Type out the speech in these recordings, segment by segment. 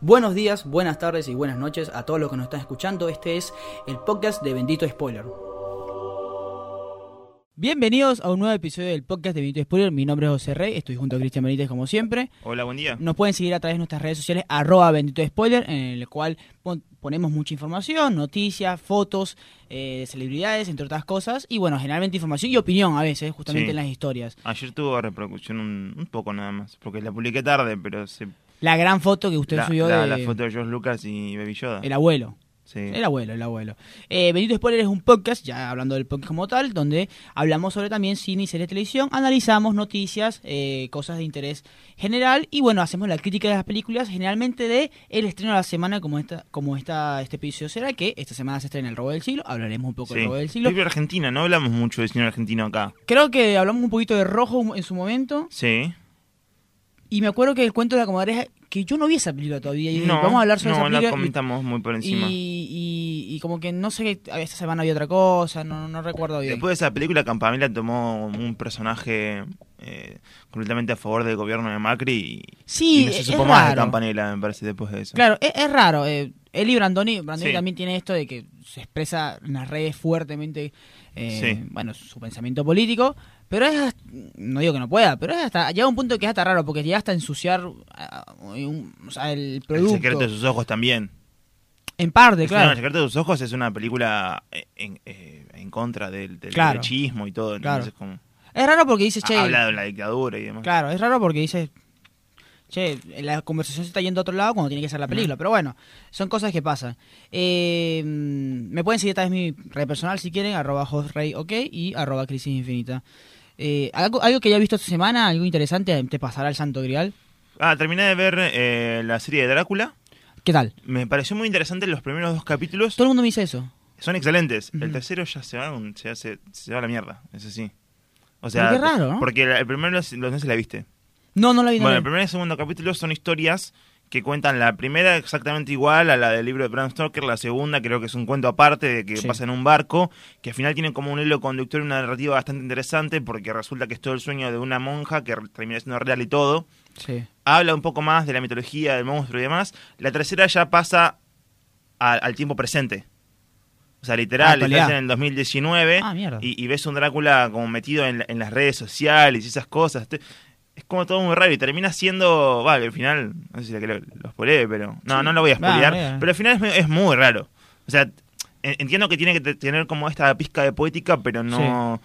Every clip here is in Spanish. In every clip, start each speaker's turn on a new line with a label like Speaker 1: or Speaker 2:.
Speaker 1: Buenos días, buenas tardes y buenas noches a todos los que nos están escuchando. Este es el podcast de Bendito Spoiler.
Speaker 2: Bienvenidos a un nuevo episodio del podcast de Benito Spoiler. Mi nombre es José Rey, estoy junto a Cristian Benítez como siempre.
Speaker 3: Hola, buen día.
Speaker 2: Nos pueden seguir a través de nuestras redes sociales, arroba Bendito Spoiler, en el cual pon- ponemos mucha información, noticias, fotos eh, de celebridades, entre otras cosas. Y bueno, generalmente información y opinión a veces, justamente
Speaker 3: Sí.
Speaker 2: en las historias.
Speaker 3: Ayer tuvo repercusión un, un poco nada más, porque la publiqué tarde, pero se,
Speaker 2: La gran foto que usted
Speaker 3: la,
Speaker 2: subió
Speaker 3: la-
Speaker 2: de
Speaker 3: la foto de George Lucas y Baby Yoda.
Speaker 2: el abuelo.
Speaker 3: Sí.
Speaker 2: El abuelo, el abuelo. Eh, Benito Spoiler es un podcast, ya hablando del podcast como tal, donde hablamos sobre también cine y series de televisión, analizamos noticias, eh, cosas de interés general y bueno, hacemos la crítica de las películas, generalmente de el estreno de la semana, como esta, como esta, este episodio será, que esta semana se estrena El Robo del Siglo, hablaremos un poco
Speaker 3: Sí.
Speaker 2: del Robo del Siglo.
Speaker 3: Película argentina, no hablamos mucho de cine argentino acá.
Speaker 2: Creo que hablamos un poquito de Rojo en su momento
Speaker 3: Sí.
Speaker 2: y me acuerdo que el cuento de la comadreja, que yo no vi esa película todavía y dije,
Speaker 3: no,
Speaker 2: vamos a hablar sobre
Speaker 3: no,
Speaker 2: esa película.
Speaker 3: la
Speaker 2: y-
Speaker 3: comentamos muy por encima.
Speaker 2: Y, y- y como que no sé, que esta semana había otra cosa, no, no recuerdo bien.
Speaker 3: Después de esa película, Campamela tomó un personaje eh, completamente a favor del gobierno de Macri y,
Speaker 2: sí,
Speaker 3: y no se
Speaker 2: es
Speaker 3: supo más de
Speaker 2: raro.
Speaker 3: Campanella, me parece, después de eso.
Speaker 2: Claro, es, es raro. eh, él y Brandoni, Brandoni
Speaker 3: Sí.
Speaker 2: también tiene esto de que se expresa en las redes fuertemente, eh,
Speaker 3: Sí.
Speaker 2: bueno, su pensamiento político, pero es, hasta- no digo que no pueda, pero es hasta, llega un punto que es hasta raro, porque llega hasta ensuciar ah, un- o sea, el
Speaker 3: El
Speaker 2: producto.
Speaker 3: secreto de sus ojos también.
Speaker 2: En parte,
Speaker 3: El fenómeno
Speaker 2: claro.
Speaker 3: del secreto de tus ojos es una película eh, en, eh, en contra del, del
Speaker 2: Claro.
Speaker 3: derechismo y todo.
Speaker 2: Claro.
Speaker 3: Entonces, como,
Speaker 2: Es raro porque dice,
Speaker 3: ha-
Speaker 2: che,
Speaker 3: habla de la dictadura y demás.
Speaker 2: Claro, es raro porque dices, che, la conversación se está yendo a otro lado cuando tiene que ser la película, pero bueno, son cosas que pasan. Eh, mm, me pueden seguir tal vez mi red personal si quieren, arroba hostrey, ok, y arroba crisis infinita. Eh, algo, algo que ya he visto esta semana, algo interesante, te pasará el santo grial.
Speaker 3: Ah, terminé de ver eh, la serie de Drácula.
Speaker 2: ¿Qué tal?
Speaker 3: Me pareció muy interesante los primeros dos capítulos.
Speaker 2: Todo el mundo me dice eso.
Speaker 3: Son excelentes.
Speaker 2: Ujú.
Speaker 3: El tercero ya se va, un- se, hace- se va a la mierda. Eso sí.
Speaker 2: Pero
Speaker 3: O sea,
Speaker 2: qué raro, ¿no?
Speaker 3: porque la- el primero los, los no se la viste.
Speaker 2: No, no la vi. no
Speaker 3: Bueno,
Speaker 2: la
Speaker 3: el
Speaker 2: vi.
Speaker 3: primer y segundo capítulo son historias que cuentan la primera exactamente igual a la del libro de Bram Stoker, la segunda creo que es un cuento aparte de que
Speaker 2: Sí.
Speaker 3: pasa en un barco, que al final tienen como un hilo conductor y una narrativa bastante interesante porque resulta que es todo el sueño de una monja que re- termina siendo real y todo.
Speaker 2: Sí.
Speaker 3: Habla un poco más de la mitología del monstruo y demás. La tercera ya pasa a- al tiempo presente. O sea,
Speaker 2: Ah,
Speaker 3: literal,
Speaker 2: actualidad.
Speaker 3: estás en el 2019
Speaker 2: Ah, mierda.
Speaker 3: y, y ves un Drácula como metido en, la- en las redes sociales y esas cosas. Te- es como todo muy raro y termina siendo. Vale, al final. No sé si la que lo, lo spoileé, pero.
Speaker 2: Sí.
Speaker 3: No,
Speaker 2: Ah,
Speaker 3: no lo voy a
Speaker 2: Va, no
Speaker 3: spoilear.
Speaker 2: voy a-
Speaker 3: pero al final es, medio- es muy raro. O sea, en- entiendo que tiene que te- tener como esta pizca de poética, pero no.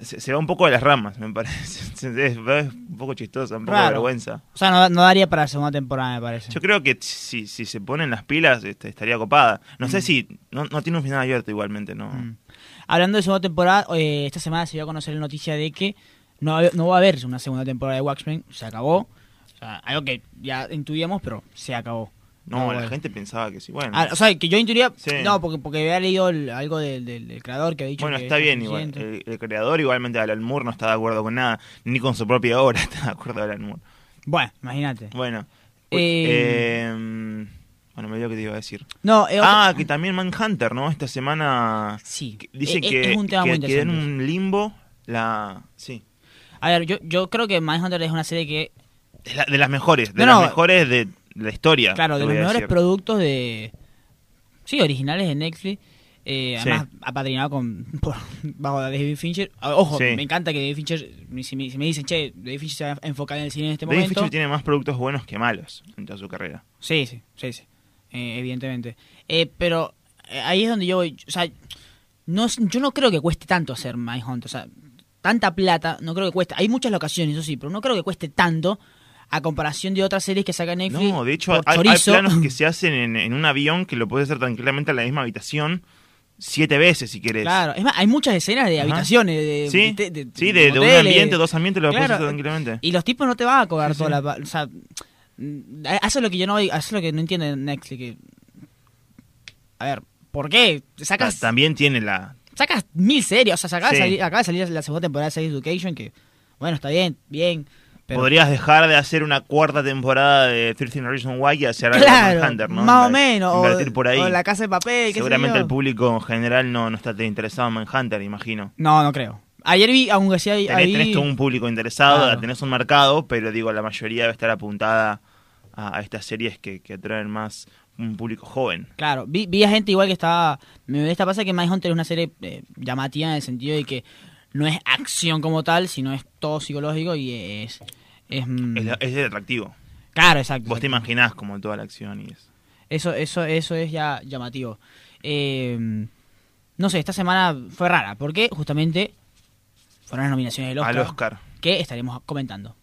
Speaker 3: Se, se va un poco de las ramas, me parece. Es, es un poco chistoso, un poco de
Speaker 2: Raro.
Speaker 3: vergüenza.
Speaker 2: O sea, no, da- no daría para la segunda temporada, me parece.
Speaker 3: Yo creo que si, si se ponen las pilas este, estaría copada. No sé si. No, no tiene un final abierto igualmente, ¿no?
Speaker 2: Mm. Hablando de segunda temporada, eh, esta semana se dio a conocer la noticia de que no, va a haber- no va a haber una segunda temporada de Watchmen, se acabó. O sea, algo que ya intuíamos, pero se acabó.
Speaker 3: No,
Speaker 2: No,
Speaker 3: la
Speaker 2: bueno.
Speaker 3: gente pensaba que sí. Bueno,
Speaker 2: Ah, o sea, que yo intuía,
Speaker 3: Sí.
Speaker 2: no, porque, porque había leído el- algo del, del- del creador que había dicho
Speaker 3: bueno
Speaker 2: que
Speaker 3: está
Speaker 2: esto es
Speaker 3: bien igual. eh.
Speaker 2: suficiente.
Speaker 3: El, el creador igualmente Alan Moore no está de acuerdo con nada, ni con su propia obra está de acuerdo Alan Moore.
Speaker 2: Bueno, imagínate.
Speaker 3: Bueno. Uy,
Speaker 2: Eh,
Speaker 3: eh, bueno, me dio que te iba a decir.
Speaker 2: No, eh, otra-
Speaker 3: Ah, que también Manhunter, ¿no? Esta semana
Speaker 2: sí.
Speaker 3: que- dice
Speaker 2: Eh, eh,
Speaker 3: que,
Speaker 2: es un tema
Speaker 3: que
Speaker 2: muy
Speaker 3: quedó en
Speaker 2: interesante.
Speaker 3: un limbo la... Sí.
Speaker 2: A ver, yo, yo creo que Mindhunter es una serie que,
Speaker 3: De, la- de las mejores, de
Speaker 2: No, no.
Speaker 3: las mejores de la historia.
Speaker 2: claro,
Speaker 3: Ah, te
Speaker 2: de los
Speaker 3: voy a
Speaker 2: mejores
Speaker 3: decir.
Speaker 2: productos de... Sí, originales de Netflix. Eh,
Speaker 3: Sí.
Speaker 2: Además, apadrinado con, por, bajo David Fincher. Ah, Ojo,
Speaker 3: Sí.
Speaker 2: me encanta que David Fincher, si me, si me dicen, che, David Fincher se va a enfocar en el cine en este
Speaker 3: David
Speaker 2: momento.
Speaker 3: Fincher tiene más productos buenos que malos en toda su carrera.
Speaker 2: Sí, sí, sí, sí. Eh, evidentemente. Eh, pero eh, ahí es donde yo voy. O sea, no, es- yo no creo que cueste tanto hacer Mindhunt. O sea, tanta plata, no creo que cueste. Hay muchas locaciones, eso sí, pero no creo que cueste tanto a comparación de otras series que saca Netflix.
Speaker 3: No, de hecho hay,
Speaker 2: por
Speaker 3: hay
Speaker 2: chorizo.
Speaker 3: planos que se hacen en, en un avión que lo puedes hacer tranquilamente en la misma habitación siete veces si quieres.
Speaker 2: Claro, es más, hay muchas escenas de
Speaker 3: Ajá.
Speaker 2: habitaciones, de,
Speaker 3: Sí,
Speaker 2: de- de-
Speaker 3: sí, de, de un
Speaker 2: hoteles.
Speaker 3: ambiente, dos ambientes lo puedes
Speaker 2: Claro.
Speaker 3: hacer tranquilamente.
Speaker 2: Y los tipos no te van a cobrar
Speaker 3: Sí,
Speaker 2: toda
Speaker 3: sí.
Speaker 2: la. pa- O sea, mm, hace lo que yo no. Hace lo que no entiende Netflix. que- a ver, ¿por qué?
Speaker 3: Ta-
Speaker 2: Sacas,
Speaker 3: También tiene la...
Speaker 2: sacas mil series. O sea, acaba, de
Speaker 3: Sí.
Speaker 2: salir, acaba de salir la segunda temporada de Sex Education. Que, bueno, está bien, bien. Pero,
Speaker 3: Podrías dejar de hacer una cuarta temporada de 13 Reasons Why y hacer algo
Speaker 2: claro,
Speaker 3: de Hunter, ¿no?
Speaker 2: más o
Speaker 3: Inver-
Speaker 2: menos. o-
Speaker 3: Invertir por ahí.
Speaker 2: O la casa de papel. qué sé
Speaker 3: Seguramente
Speaker 2: yo.
Speaker 3: el público en general no, no está tan interesado en Manhunter, imagino.
Speaker 2: No, no creo. Ayer vi, aunque sea ahí.
Speaker 3: Tenés, tenés todo un público interesado,
Speaker 2: Claro.
Speaker 3: tenés un mercado, pero digo, la mayoría debe estar apuntada a, a estas series que, que atraen más un público joven.
Speaker 2: Claro, vi, vi a gente igual que estaba. Me esta pasa que Mindhunter es una serie eh, llamativa en el sentido de que no es acción como tal, sino es todo psicológico y es. Es, mm,
Speaker 3: Es, la- es el atractivo.
Speaker 2: Claro, exacto.
Speaker 3: Vos te
Speaker 2: exacto.
Speaker 3: imaginás como toda la acción y eso.
Speaker 2: Eso, eso, eso es ya llamativo. Eh, no sé, esta semana fue rara, porque justamente fueron las nominaciones del
Speaker 3: Al Oscar.
Speaker 2: que estaremos comentando.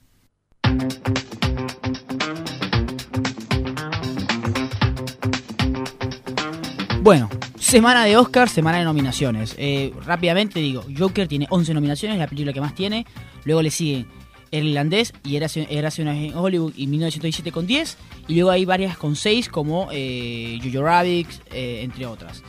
Speaker 2: Bueno, semana de Oscar, semana de nominaciones. Eh, rápidamente digo, Joker tiene 11 nominaciones, la película que más tiene. Luego le siguen El Irlandés y Érase Érase una vez en Hollywood y 1917 con 10. Y luego hay varias con 6 como eh, Jojo Rabbit, eh, entre otras.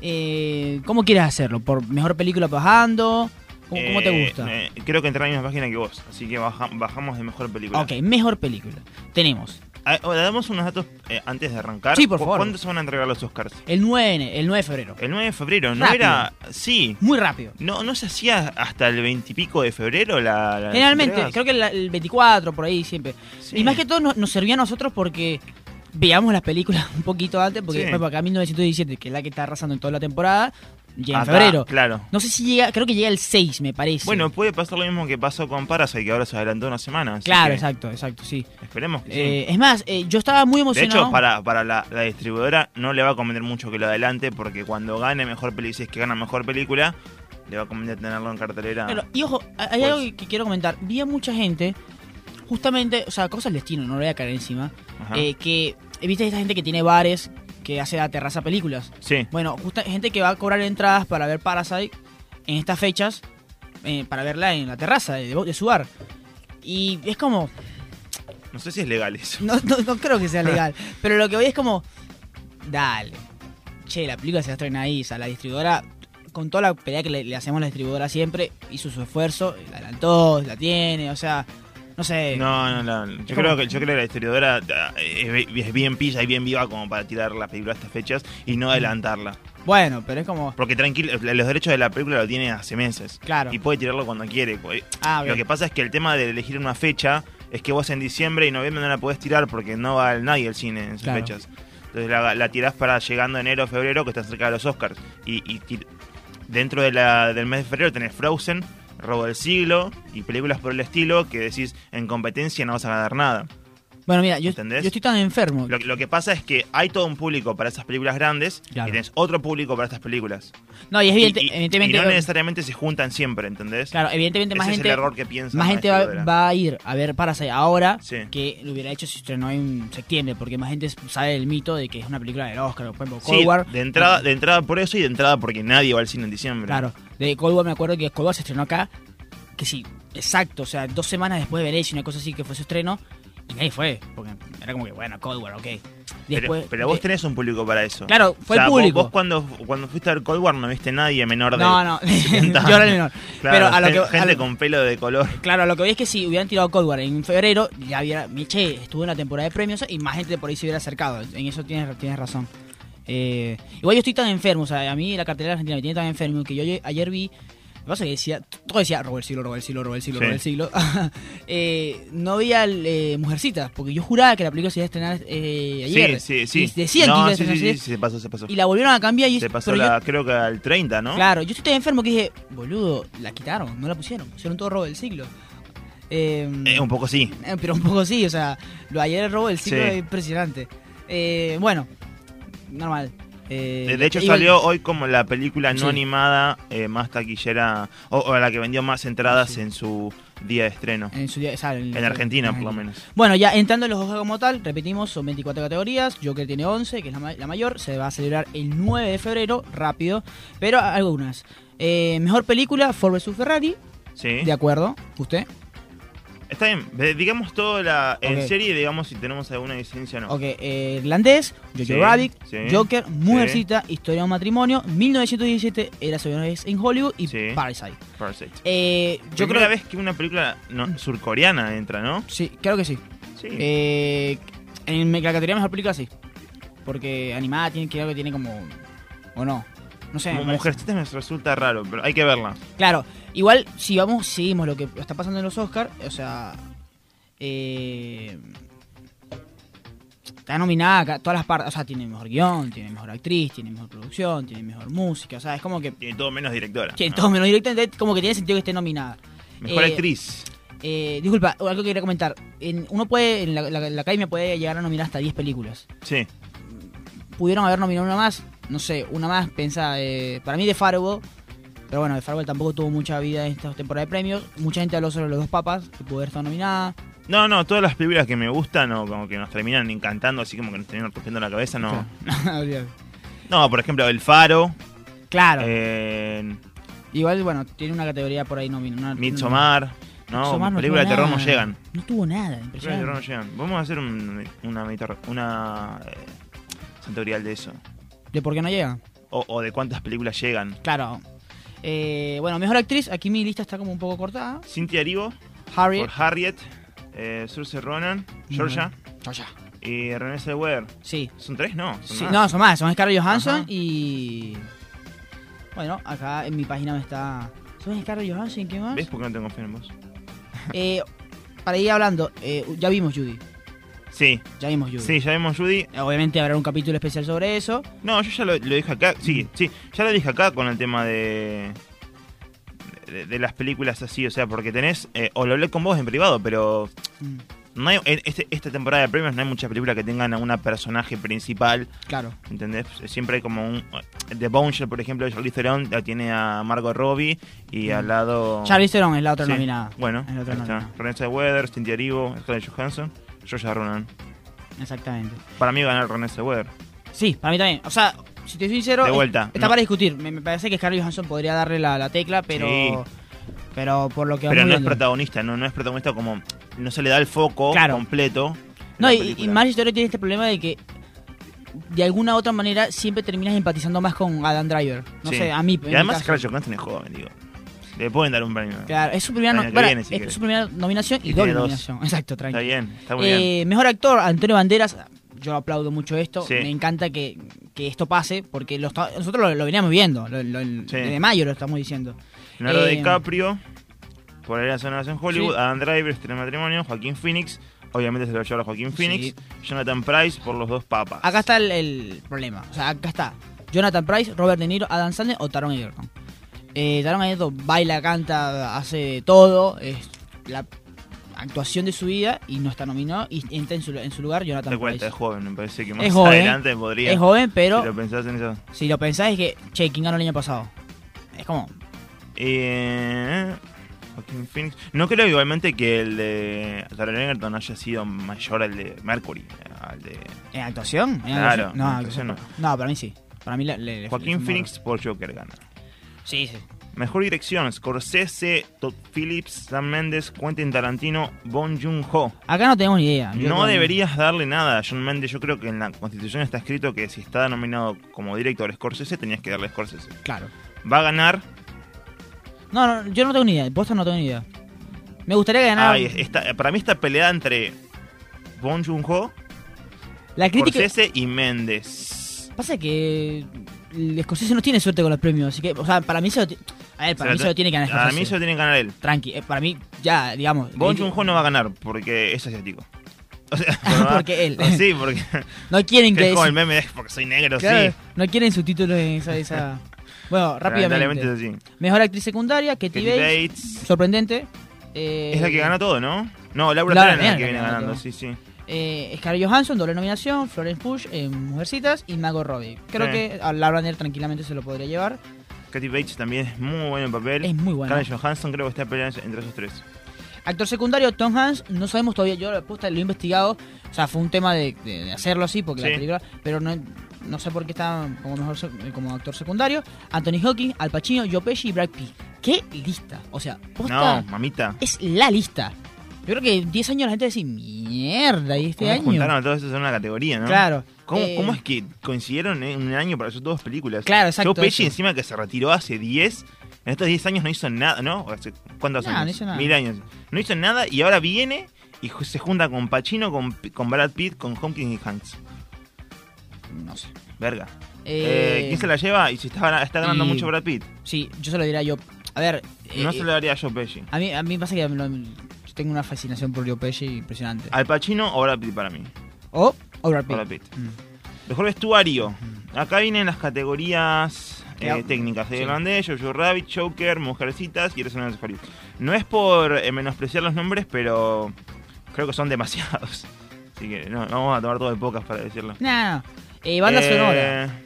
Speaker 2: Eh, ¿Cómo quieres hacerlo? ¿Por mejor película bajando? ¿Cómo, cómo te
Speaker 3: Eh,
Speaker 2: gusta?
Speaker 3: eh, creo que entré en la misma página que vos, así que baja- bajamos de mejor película.
Speaker 2: Ok, mejor película. Tenemos
Speaker 3: Ah, ahora, damos unos datos eh, antes de arrancar.
Speaker 2: Sí, por
Speaker 3: ¿Cu-
Speaker 2: favor.
Speaker 3: ¿Cuándo se van a entregar los Oscars?
Speaker 2: el 9, de- el 9 de febrero.
Speaker 3: El 9 de febrero, ¿no
Speaker 2: Rápido.
Speaker 3: era...? Sí.
Speaker 2: Muy rápido.
Speaker 3: No, no se hacía hasta el 20 y pico de febrero la... la-
Speaker 2: Generalmente,
Speaker 3: las
Speaker 2: creo
Speaker 3: Eh, entregas?
Speaker 2: que la- el 24, por ahí siempre.
Speaker 3: Sí.
Speaker 2: Y más que todo nos, nos servía a nosotros porque veíamos las películas un poquito antes, porque
Speaker 3: Sí.
Speaker 2: después para acá 1917, que es la que está arrasando en toda la temporada, llega en
Speaker 3: Acá,
Speaker 2: febrero.
Speaker 3: Ah, Claro.
Speaker 2: No sé si llega, creo que llega el 6, me parece.
Speaker 3: Bueno, puede pasar lo mismo que pasó con Parasite, que ahora se adelantó una semana. así
Speaker 2: claro,
Speaker 3: que
Speaker 2: exacto, exacto, sí.
Speaker 3: Esperemos que sí.
Speaker 2: Eh, es más, eh, yo estaba muy
Speaker 3: De
Speaker 2: emocionado.
Speaker 3: hecho, para, para la, la distribuidora no le va a convenir mucho que lo adelante, porque cuando gane mejor película, si es que gana mejor película, le va a convenir tenerlo en cartelera.
Speaker 2: Claro, y ojo, hay
Speaker 3: Pues-
Speaker 2: algo que- que quiero comentar. Vi a mucha gente, justamente, o sea, cosas del destino, no lo voy a caer encima,
Speaker 3: Ajá.
Speaker 2: eh, que, viste, esta gente que tiene bares, que hace la terraza películas.
Speaker 3: sí,
Speaker 2: Bueno, justa, gente que va a cobrar entradas para ver Parasite en estas fechas, eh, para verla en la terraza de, de su bar. Y es como,
Speaker 3: no sé si es legal eso.
Speaker 2: no, no, no creo que sea legal, pero lo que voy es como, dale, che, la película se estrena ahí, o sea, la distribuidora, con toda la pelea que le, le hacemos a la distribuidora siempre, hizo su esfuerzo, la adelantó, la tiene, o sea, no sé.
Speaker 3: No, no, no. Yo
Speaker 2: eh, ¿Cómo?
Speaker 3: creo que, yo creo que la distribuidora ah, es, es bien pilla y bien viva como para tirar la película a estas fechas y
Speaker 2: Mm.
Speaker 3: no adelantarla.
Speaker 2: Bueno, pero es como,
Speaker 3: Porque tranquilo, los derechos de la película lo tiene hace meses.
Speaker 2: Claro.
Speaker 3: Y puede tirarlo cuando quiere. Eh,
Speaker 2: ah,
Speaker 3: Lo
Speaker 2: bien,
Speaker 3: que pasa es que el tema de elegir una fecha es que vos en diciembre y noviembre no la podés tirar porque no va nadie al cine en esas
Speaker 2: Claro.
Speaker 3: fechas. Entonces la, la tirás para llegando enero febrero, que están cerca de los Oscars. Y, y ti- dentro de la- del mes de febrero tenés Frozen, Robo del Siglo y películas por el estilo que decís en competencia no vas a ganar nada.
Speaker 2: bueno, mira, yo,
Speaker 3: ¿Entendés?
Speaker 2: yo estoy tan enfermo.
Speaker 3: Lo, lo que pasa es que hay todo un público para esas películas grandes
Speaker 2: Claro.
Speaker 3: y tenés otro público para estas películas.
Speaker 2: No, y es
Speaker 3: Y-
Speaker 2: evidente-
Speaker 3: y, y
Speaker 2: evidentemente...
Speaker 3: no necesariamente se juntan siempre, ¿entendés?
Speaker 2: Claro, evidentemente
Speaker 3: Ese
Speaker 2: más
Speaker 3: es
Speaker 2: gente...
Speaker 3: el error que piensa.
Speaker 2: Más
Speaker 3: la
Speaker 2: gente va,
Speaker 3: distribuidora.
Speaker 2: va a ir a ver Parasite ahora
Speaker 3: Sí.
Speaker 2: que lo hubiera hecho si estrenó en septiembre, porque más gente sabe el mito de que es una película del Oscar, por ejemplo, Cold
Speaker 3: Sí,
Speaker 2: War.
Speaker 3: de entrada, de entrada por eso y de entrada porque nadie va al cine en diciembre.
Speaker 2: Claro, de Cold War me acuerdo que Cold War se estrenó acá, que sí, exacto, o sea, dos semanas después de Venezia, una cosa así que fue su estreno, y nadie fue, porque era como que, bueno, Cold War, ok.
Speaker 3: Pero,
Speaker 2: Después,
Speaker 3: pero vos
Speaker 2: de-
Speaker 3: tenés un público para eso.
Speaker 2: Claro, fue
Speaker 3: O sea,
Speaker 2: el
Speaker 3: vos-
Speaker 2: público.
Speaker 3: Vos, cuando, cuando fuiste a ver Cold War no viste nadie menor de...
Speaker 2: No, no, yo
Speaker 3: 70.
Speaker 2: era el menor.
Speaker 3: Claro,
Speaker 2: pero a lo
Speaker 3: gen-
Speaker 2: que... a
Speaker 3: gente
Speaker 2: lo-
Speaker 3: con pelo de color.
Speaker 2: Claro, lo que voy es que si hubieran tirado Cold War en febrero, ya hubiera. Che, estuvo en la temporada de premios y más gente por ahí se hubiera acercado. En eso tienes, tienes razón. Eh, igual yo estoy tan enfermo, o sea, a mí la cartelera argentina me tiene tan enfermo que yo ayer- ayer vi. Lo que pasa es que decía, todo decía, Robert Siglo, Robert Siglo, Robert Siglo,
Speaker 3: Sí.
Speaker 2: Robert Siglo. Eh, no vi al eh, Mujercita, porque yo juraba que la película se iba a estrenar eh, ayer.
Speaker 3: Sí, sí, sí.
Speaker 2: Y decían
Speaker 3: no,
Speaker 2: que se
Speaker 3: sí,
Speaker 2: iba a
Speaker 3: sí,
Speaker 2: estrenar
Speaker 3: sí,
Speaker 2: ayer,
Speaker 3: sí, se pasó, se pasó.
Speaker 2: Y la volvieron a cambiar y
Speaker 3: se pasó
Speaker 2: pero yo-
Speaker 3: la, creo que al 30, ¿no?
Speaker 2: Claro, yo estoy tan enfermo que dije, boludo, la quitaron, no la pusieron, pusieron todo robo del siglo. Eh,
Speaker 3: Eh, un poco sí.
Speaker 2: eh, Pero un poco sí, o sea, lo de ayer el robo del siglo
Speaker 3: Sí.
Speaker 2: es impresionante. Eh, bueno, normal. Eh,
Speaker 3: De hecho
Speaker 2: igual-
Speaker 3: salió hoy como la película no
Speaker 2: Sí.
Speaker 3: animada eh, más taquillera, o, o la que vendió más entradas
Speaker 2: Sí.
Speaker 3: en su día de estreno.
Speaker 2: En, su día- sale
Speaker 3: en Argentina, por lo menos.
Speaker 2: Bueno, ya entrando en los juegos como tal, repetimos, son 24 categorías, Joker tiene 11, que es la, ma- la mayor, se va a celebrar el 9 de febrero, rápido, pero a- algunas. Eh, mejor película, Ford vs Ferrari,
Speaker 3: Sí.
Speaker 2: de acuerdo, usted.
Speaker 3: Está bien, ve- digamos todo la en
Speaker 2: Ok.
Speaker 3: serie, digamos si tenemos alguna licencia o no.
Speaker 2: Ok, eh, Irlandés, Jojo
Speaker 3: Sí,
Speaker 2: Rabbit,
Speaker 3: sí,
Speaker 2: Joker, Mujercita, Historia de un matrimonio, 1917, Era una vez en Hollywood y
Speaker 3: Sí.
Speaker 2: Parasite.
Speaker 3: Perfect.
Speaker 2: Eh, yo
Speaker 3: Primera
Speaker 2: creo
Speaker 3: vez que una película no- surcoreana entra, ¿no?
Speaker 2: Sí, creo que sí.
Speaker 3: Sí.
Speaker 2: Eh, en la categoría mejor película sí. Porque animada tiene, creo que tiene como... ¿O no? No sé. me
Speaker 3: Mu-
Speaker 2: parece.
Speaker 3: Mujercitas me resulta raro, pero hay que verla.
Speaker 2: Claro, igual si vamos, seguimos lo que está pasando en los Oscars, o sea, eh, está nominada a todas las partes. O sea, tiene mejor guión, tiene mejor actriz, tiene mejor producción, tiene mejor música. O sea, es como que.
Speaker 3: Tiene todo menos directora.
Speaker 2: Tiene
Speaker 3: ¿no?
Speaker 2: todo menos directamente, como que tiene sentido que esté nominada.
Speaker 3: Mejor
Speaker 2: Eh,
Speaker 3: actriz.
Speaker 2: Eh, disculpa, algo que quería comentar. En- uno puede, en la, la- la academia puede llegar a nominar hasta 10 películas.
Speaker 3: Sí.
Speaker 2: Pudieron haber nominado una más, no sé, una más, pensa, eh, para mí de Fargo, pero bueno, de Fargo tampoco tuvo mucha vida en esta temporada de premios. Mucha gente habló sobre los dos papas, que pudo haber estado nominada.
Speaker 3: No, no, todas las películas que me gustan o como que nos terminan encantando, así como que nos terminan rompiendo la cabeza, no.
Speaker 2: Olvídate.
Speaker 3: No, por ejemplo, El Faro,
Speaker 2: claro,
Speaker 3: eh,
Speaker 2: igual, bueno, tiene una categoría por ahí nominada.
Speaker 3: Midsommar, ¿no?
Speaker 2: Midsommar no
Speaker 3: películas de
Speaker 2: tuvo
Speaker 3: terror no
Speaker 2: nada.
Speaker 3: llegan.
Speaker 2: No tuvo nada,
Speaker 3: Películas de terror no
Speaker 2: impresionante.
Speaker 3: llegan. Vamos a hacer un- una, medita- una eh, santorial de eso.
Speaker 2: ¿De por qué no llega?
Speaker 3: O, o de cuántas películas llegan.
Speaker 2: Claro. Eh, bueno, mejor actriz, aquí mi lista está como un poco cortada.
Speaker 3: Cynthia Erivo
Speaker 2: Harriet.
Speaker 3: por Harriet, eh, Saoirse Ronan, Georgia
Speaker 2: Oye,
Speaker 3: y Renée Zellweger.
Speaker 2: Sí.
Speaker 3: ¿Son tres? No. son
Speaker 2: Sí,
Speaker 3: más.
Speaker 2: no, son más, son Scarlett Johansson
Speaker 3: Ajá.
Speaker 2: y. Bueno, acá en mi página me está. ¿Son Scarlett Johansson? ¿Qué más?
Speaker 3: ¿Ves por qué no tengo fe en vos?
Speaker 2: Eh, para ir hablando, eh, ya vimos Judy.
Speaker 3: Sí,
Speaker 2: Ya vimos Judy.
Speaker 3: sí, ya vemos Judy.
Speaker 2: Eh, Obviamente habrá un capítulo especial sobre eso.
Speaker 3: No, yo ya lo, lo dije acá.
Speaker 2: Mm.
Speaker 3: Sí, sí, ya lo dije acá con el tema de, de, de las películas así. O sea, porque tenés. eh, o lo hablé con vos en privado, pero.
Speaker 2: Mm,
Speaker 3: No hay, en este- esta temporada de premios no hay muchas películas que tengan a una personaje principal.
Speaker 2: claro.
Speaker 3: ¿Entendés? Siempre hay como un. eh, The Bombshell, por ejemplo, de Charlize Theron la tiene a Margot Robbie y al lado.
Speaker 2: Mm. Charlize Theron es la otra
Speaker 3: Sí,
Speaker 2: nominada.
Speaker 3: Bueno,
Speaker 2: Es la otra
Speaker 3: ahí está.
Speaker 2: nominada.
Speaker 3: Renée Weather, Cynthia Erivo, Scarlett Johansson, Joshua Ronan.
Speaker 2: Exactamente.
Speaker 3: Para mí ganar Renée Weather.
Speaker 2: Sí, para mí también. O sea, si te soy sincero.
Speaker 3: De
Speaker 2: es-
Speaker 3: vuelta,
Speaker 2: Está
Speaker 3: no.
Speaker 2: para discutir. Me, me parece que Scarlett Johansson podría darle la, la tecla, pero.
Speaker 3: Sí.
Speaker 2: Pero por lo que
Speaker 3: Pero
Speaker 2: vamos
Speaker 3: no es
Speaker 2: viendo.
Speaker 3: protagonista, no, no es protagonista como. No se le da el foco
Speaker 2: Claro.
Speaker 3: completo. de
Speaker 2: No,
Speaker 3: la
Speaker 2: y,
Speaker 3: película.
Speaker 2: y Marriage Story tiene este problema de que de alguna u otra manera siempre terminas empatizando más con Adam Driver. No
Speaker 3: Sí.
Speaker 2: sé, a mí. en
Speaker 3: Y
Speaker 2: mi
Speaker 3: además,
Speaker 2: caso.
Speaker 3: Scarlett Johansson es joven, digo. Le pueden dar un premio.
Speaker 2: Claro, es su primera,
Speaker 3: El
Speaker 2: no-
Speaker 3: año que
Speaker 2: bueno,
Speaker 3: viene, si
Speaker 2: es
Speaker 3: querés.
Speaker 2: su primera nominación y,
Speaker 3: Y
Speaker 2: doble
Speaker 3: tiene dos.
Speaker 2: nominación. Exacto,
Speaker 3: Está
Speaker 2: tranquilo.
Speaker 3: bien, está muy bien.
Speaker 2: Eh, mejor actor, Antonio Banderas. Yo aplaudo mucho esto.
Speaker 3: Sí.
Speaker 2: Me encanta que, que esto pase porque lo está- nosotros lo, lo veníamos viendo. Lo, lo- Desde mayo lo estamos diciendo.
Speaker 3: Leonardo
Speaker 2: eh,
Speaker 3: DiCaprio, por ahí la zona en Hollywood,
Speaker 2: Sí.
Speaker 3: Adam Driver, este matrimonio, Joaquín Phoenix, obviamente se lo va a llevar a Joaquín Phoenix, Jonathan Price por los dos papas.
Speaker 2: Acá está el, el problema. O sea, acá está Jonathan Price, Robert De Niro, Adam Sandler o Taron Egerton. Eh, Taron Egerton baila, canta, hace de todo. Es la actuación de su vida y no está nominado. Y entra en su, en su lugar Jonathan
Speaker 3: Te cuenta, es
Speaker 2: Price.
Speaker 3: joven, me parece que más
Speaker 2: Es joven, ¿eh?
Speaker 3: adelante podría.
Speaker 2: Es joven, pero
Speaker 3: si lo pensás en eso.
Speaker 2: si lo pensáis es que, che, ¿quién ganó el año pasado? Es como,
Speaker 3: Eh, Joaquín Phoenix. No creo igualmente que el de Taron Egerton haya sido mayor al de Mercury. eh, Al de
Speaker 2: ¿en actuación? ¿En
Speaker 3: Claro,
Speaker 2: actuación?
Speaker 3: en
Speaker 2: Ah, No,
Speaker 3: actuación
Speaker 2: no. No, para mí sí. Para mí le, le- le- le-
Speaker 3: Joaquín
Speaker 2: le-
Speaker 3: Phoenix por Joker gana.
Speaker 2: Sí, sí.
Speaker 3: Mejor dirección, Scorsese, Todd Phillips, Sam Mendes, Quentin Tarantino, Bong Joon-ho.
Speaker 2: Acá no tenemos ni idea. Yo
Speaker 3: No
Speaker 2: creo-
Speaker 3: deberías darle nada a John Mendes. Yo creo que en la Constitución está escrito que si está nominado como director Scorsese, tenías que darle Scorsese.
Speaker 2: Claro.
Speaker 3: Va a ganar.
Speaker 2: No, no, yo no tengo ni idea. Posta no tengo ni idea. Me gustaría ganar.
Speaker 3: Ay, está- para mí está peleada entre Bong Joon-ho,
Speaker 2: la crítica.
Speaker 3: Scorsese y Mendes.
Speaker 2: Pasa que. El Scorsese no tiene suerte con los premios. Así que, o sea, para mí se lo. ti- A ver, para mí se lo tiene que ganar
Speaker 3: Para
Speaker 2: Ah, Scorsese.
Speaker 3: mí se lo tiene que ganar él.
Speaker 2: Tranqui, eh, para mí, ya, digamos.
Speaker 3: Bong
Speaker 2: eh,
Speaker 3: Joon-ho no va a ganar porque es asiático. O sea,
Speaker 2: Porque él.
Speaker 3: Ah, Sí, porque
Speaker 2: No quieren
Speaker 3: que
Speaker 2: que.
Speaker 3: es como el meme de porque soy negro,
Speaker 2: claro,
Speaker 3: sí.
Speaker 2: No quieren subtítulos en esa. esa... bueno,
Speaker 3: Lamentablemente
Speaker 2: rápidamente.
Speaker 3: es así.
Speaker 2: Mejor actriz secundaria, Katie,
Speaker 3: Katie
Speaker 2: Bates.
Speaker 3: Bates
Speaker 2: Sorprendente. Eh,
Speaker 3: es la que gana todo, ¿no? No, Laura
Speaker 2: Laura
Speaker 3: Dern es la que
Speaker 2: Dern
Speaker 3: viene
Speaker 2: gana
Speaker 3: ganando,
Speaker 2: todo.
Speaker 3: sí, sí.
Speaker 2: eh, Scarlett Johansson, doble nominación. Florence Push en Mujercitas. Y Mago Robbie. Creo
Speaker 3: Sí.
Speaker 2: que a Laura Dern tranquilamente se lo podría llevar.
Speaker 3: Katy Bates también es muy bueno en papel.
Speaker 2: Es muy buena.
Speaker 3: Scarlett Johansson creo que está peleando entre esos tres.
Speaker 2: Actor secundario, Tom Hanks, no sabemos todavía, yo la posta lo he investigado, o sea, fue un tema de, de- de hacerlo así, porque
Speaker 3: Sí.
Speaker 2: la película, pero no, no sé por qué está como mejor se- eh, como actor secundario. Anthony Hawking, Al Pacino, Joe Pesci y Brad Pitt. ¡Qué lista! O sea, posta
Speaker 3: No, mamita.
Speaker 2: es la lista. Yo creo que en 10 años la gente va a decir, mierda, y este
Speaker 3: ¿Cómo
Speaker 2: año.
Speaker 3: juntaron a todos esos en una categoría, no?
Speaker 2: Claro.
Speaker 3: ¿Cómo,
Speaker 2: Eh,
Speaker 3: cómo es que coincidieron en un año para hacer dos películas?
Speaker 2: Claro, exacto,
Speaker 3: Joe Pesci
Speaker 2: eso.
Speaker 3: encima que se retiró hace 10, en estos 10 años no hizo nada, ¿no? O hace- ¿Cuántos
Speaker 2: No,
Speaker 3: años?
Speaker 2: no hizo nada.
Speaker 3: Mil años. No hizo nada y ahora viene y ju- se junta con Pacino, con, P- con Brad Pitt, con Hopkins y Hanks.
Speaker 2: No sé.
Speaker 3: Verga.
Speaker 2: Eh,
Speaker 3: Eh, ¿Quién se la lleva? Y si está, gana- está ganando
Speaker 2: y-
Speaker 3: mucho Brad Pitt.
Speaker 2: Eh, Sí, yo se lo diría yo. A ver,
Speaker 3: No
Speaker 2: eh,
Speaker 3: se lo daría a Joe Pesci.
Speaker 2: a, mí, a mí pasa que me lo- yo tengo una fascinación por Joe Pesci impresionante.
Speaker 3: Al Pacino o Brad Pitt para mí.
Speaker 2: O Obra Pitt.
Speaker 3: Ah. Brad Pitt.
Speaker 2: Mm.
Speaker 3: Mejor vestuario. Acá vienen las categorías eh,
Speaker 2: Ya.
Speaker 3: técnicas. El
Speaker 2: Sí.
Speaker 3: Irlandés, Jojo Rabbit, Joker, Mujercitas y Eres una de las Hollywood. No es por eh, menospreciar los nombres, pero creo que son demasiados. Así que no, no vamos a tomar todo de pocas para decirlo.
Speaker 2: No, no. Eh, banda
Speaker 3: Eh,
Speaker 2: sonora.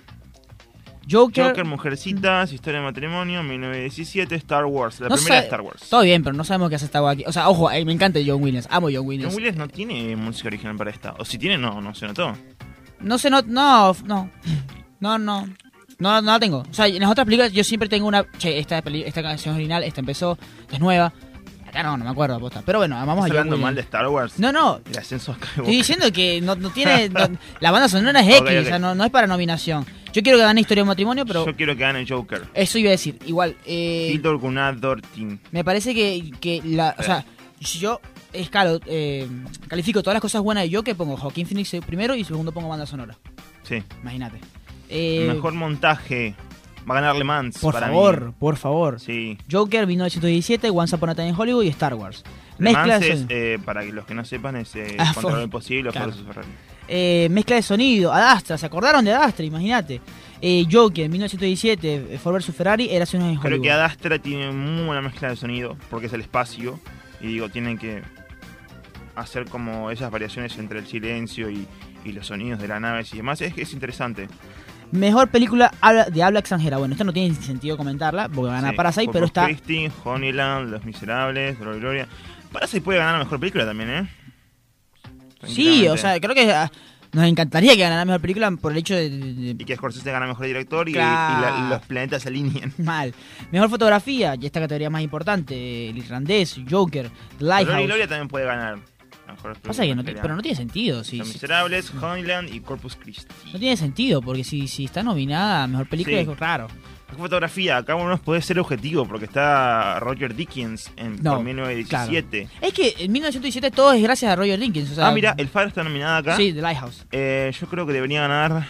Speaker 2: Joker.
Speaker 3: Joker, Mujercitas, Historia de Matrimonio, 1917, Star Wars. La
Speaker 2: no
Speaker 3: primera de
Speaker 2: sa-
Speaker 3: Star Wars.
Speaker 2: Todo bien, pero no sabemos qué hace esta guay aquí. O sea, ojo, eh, me encanta John Williams. Amo John Williams.
Speaker 3: John Williams no tiene música original para esta. O si tiene, no, no se notó.
Speaker 2: No sé, no, no, no. No, no. No, no la tengo. O sea, en las otras películas yo siempre tengo una. Che, esta, peli- esta canción es original, esta empezó, esta es nueva. Acá no, no me acuerdo, aposta. Pero bueno, amamos
Speaker 3: ¿Estás
Speaker 2: a John
Speaker 3: hablando
Speaker 2: Williams.
Speaker 3: mal de Star Wars?
Speaker 2: No, no.
Speaker 3: El ascenso a Skywalker.
Speaker 2: Estoy diciendo que no, no tiene. no- la banda sonora es X,
Speaker 3: Ok, ok.
Speaker 2: o sea, no, no es para nominación. Yo quiero que gane Historia de un matrimonio, pero.
Speaker 3: Yo quiero que gane Joker.
Speaker 2: Eso iba a decir. Igual, eh,
Speaker 3: Hildur Gunnar Team.
Speaker 2: me parece que, que la. O sea,
Speaker 3: Eh.
Speaker 2: si yo escalo, eh, califico todas las cosas buenas de yo que pongo Joaquín Phoenix primero y segundo pongo banda sonora.
Speaker 3: Sí.
Speaker 2: Imagínate. Eh,
Speaker 3: Mejor montaje. Va a ganar Le Mans.
Speaker 2: Por
Speaker 3: para
Speaker 2: favor,
Speaker 3: mí.
Speaker 2: por favor.
Speaker 3: Sí.
Speaker 2: Joker 1917, Once Upon a Time in Hollywood y Star Wars.
Speaker 3: Le Mans
Speaker 2: Mezcla de,
Speaker 3: es,
Speaker 2: sonido,
Speaker 3: eh, para que los que no sepan, es eh,
Speaker 2: Ah,
Speaker 3: Contra
Speaker 2: fue-
Speaker 3: lo Imposible o
Speaker 2: claro.
Speaker 3: Forza Ferrari.
Speaker 2: eh, mezcla de sonido, Adastra, ¿se acordaron de Adastra? Imagínate. Eh, Joker 1917, eh, Ford vs Ferrari, era hace unos en
Speaker 3: Creo
Speaker 2: Hollywood.
Speaker 3: que Adastra tiene muy buena mezcla de sonido, porque es el espacio. Y digo, tienen que hacer como esas variaciones entre el silencio y, y los sonidos de la nave y demás. Es, es interesante.
Speaker 2: Mejor película habla- de habla extranjera. Bueno, esta no tiene sentido comentarla, porque van a
Speaker 3: Sí.
Speaker 2: Parasite,
Speaker 3: Corpus
Speaker 2: pero está.
Speaker 3: Christi, Honeyland, Los Miserables, Gloria y Gloria. Parasite puede ganar la mejor película también, ¿eh?
Speaker 2: Sí, o
Speaker 3: Tranquilamente.
Speaker 2: sea, creo que ah, nos encantaría que ganara mejor película por el hecho de- de- de
Speaker 3: Y que Scorsese gana mejor director y,
Speaker 2: Claro.
Speaker 3: y la- los planetas se alinean.
Speaker 2: Mal. Mejor fotografía, y esta categoría más importante, eh, el irlandés, Joker, The
Speaker 3: Pero y
Speaker 2: Lighthouse.
Speaker 3: Gloria también puede ganar. la mejor
Speaker 2: Pasa que no te-
Speaker 3: película.
Speaker 2: pero no tiene sentido, sí,
Speaker 3: Los
Speaker 2: sí.
Speaker 3: Miserables, Homeland y Corpus Christi.
Speaker 2: No tiene sentido, porque si, si está nominada a mejor película
Speaker 3: Sí.
Speaker 2: es raro.
Speaker 3: Mejor Fotografía, acá uno puede ser objetivo porque está Roger Dickens en
Speaker 2: No,
Speaker 3: por 1917.
Speaker 2: Es que en 1917 todo es gracias a Roger Dickens. O sea,
Speaker 3: ah, mira, el Faro está nominada acá.
Speaker 2: Sí, The Lighthouse.
Speaker 3: Eh, yo creo que debería ganar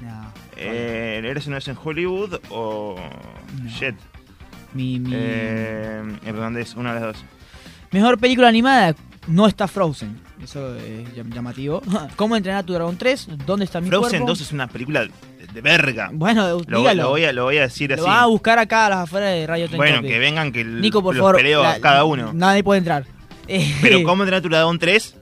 Speaker 2: No.
Speaker 3: eh, Eres una vez en Hollywood o
Speaker 2: No.
Speaker 3: Jet.
Speaker 2: Mi, mi-
Speaker 3: Eh, Irlandés, una de las dos.
Speaker 2: Mejor película animada no está Frozen. Eso es llam- llamativo. ¿Cómo entrenar a tu dragón 3? ¿Dónde está mi
Speaker 3: Frozen
Speaker 2: cuerpo?
Speaker 3: 2 es una película de, de verga.
Speaker 2: Bueno,
Speaker 3: Lo,
Speaker 2: dígalo.
Speaker 3: lo voy a, lo voy a decir
Speaker 2: Lo
Speaker 3: así.
Speaker 2: vas a buscar acá a las afueras de Radio Tren
Speaker 3: Bueno,
Speaker 2: Topic.
Speaker 3: que vengan que el-
Speaker 2: Nico, por
Speaker 3: los
Speaker 2: favor.
Speaker 3: peleo a
Speaker 2: la-
Speaker 3: cada uno.
Speaker 2: Nadie puede entrar. Eh,
Speaker 3: Pero cómo entrenar a tu dragón 3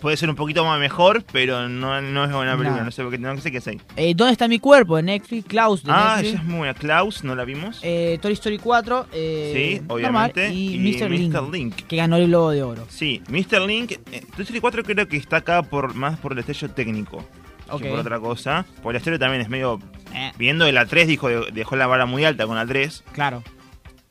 Speaker 3: puede ser un poquito más mejor, pero no, no es buena película,
Speaker 2: No.
Speaker 3: no, sé por qué, no sé qué es ahí.
Speaker 2: eh, ¿Dónde está mi cuerpo? De Netflix, Klaus de
Speaker 3: Ah, ella
Speaker 2: Netflix.
Speaker 3: es muy buena. Klaus, no la vimos.
Speaker 2: Eh, Toy Story 4. eh,
Speaker 3: sí,
Speaker 2: normal,
Speaker 3: obviamente.
Speaker 2: y, Mr. Link,
Speaker 3: Link.
Speaker 2: que ganó el Globo de Oro.
Speaker 3: Sí, Mr. Link. eh, Toy Story 4 creo que está acá por más por el destello técnico
Speaker 2: Ok.
Speaker 3: que por otra cosa. Porque la historia también es medio.
Speaker 2: Eh,
Speaker 3: Viendo de la 3, dijo, dejó la vara muy alta con la 3.
Speaker 2: claro.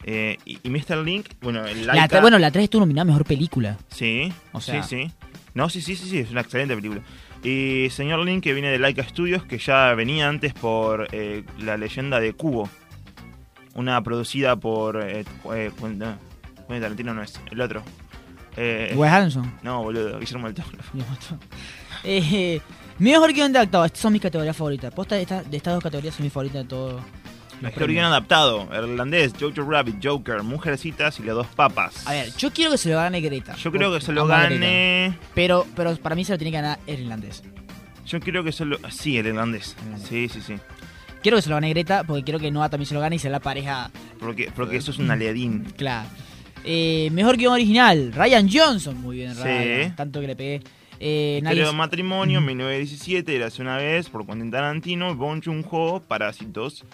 Speaker 3: eh, y, y Mr. Link, bueno, el
Speaker 2: La
Speaker 3: Laika-
Speaker 2: tre- bueno, la 3 estuvo nominada a mejor película.
Speaker 3: Sí,
Speaker 2: O sea-
Speaker 3: sí, sí. No, sí, sí, sí, sí, es una excelente película. Y señor Link, que viene de Laika Studios, que ya venía antes por eh, La leyenda de Cubo. Una producida por. Eh, eh, cu- no, Quentin Tarantino no es, el otro. Eh,
Speaker 2: Wes Anderson.
Speaker 3: no, boludo, Guillermo del Toro.
Speaker 2: Eh, mejor guión de actado. Estas son mis categorías favoritas. Posta, esta- de estas dos categorías son mis favoritas de todo.
Speaker 3: Mejor guion Este adaptado: Irlandés, Jojo Rabbit, Joker, Mujercitas y Los Dos Papas.
Speaker 2: A ver, yo quiero que se lo gane Greta.
Speaker 3: Yo creo que se lo
Speaker 2: Amo a Greta.
Speaker 3: gane.
Speaker 2: Pero, pero para mí se lo tiene que ganar el irlandés.
Speaker 3: Yo creo que se lo. Sí, el irlandés.
Speaker 2: Irlandés.
Speaker 3: Sí, sí, sí.
Speaker 2: Quiero que se lo gane Greta porque quiero que Noah también se lo gane y sea la pareja
Speaker 3: Porque, porque eso es un aliadín.
Speaker 2: Claro. Eh, mejor guión original, Ryan Johnson. Muy bien,
Speaker 3: Sí.
Speaker 2: Ryan. Tanto que le pegué. Eh,
Speaker 3: Historia
Speaker 2: nadie-
Speaker 3: de matrimonio,
Speaker 2: Mm.
Speaker 3: 1917, Érase una vez, por Quentin Tarantino, Bon Joon-ho, Parásitos.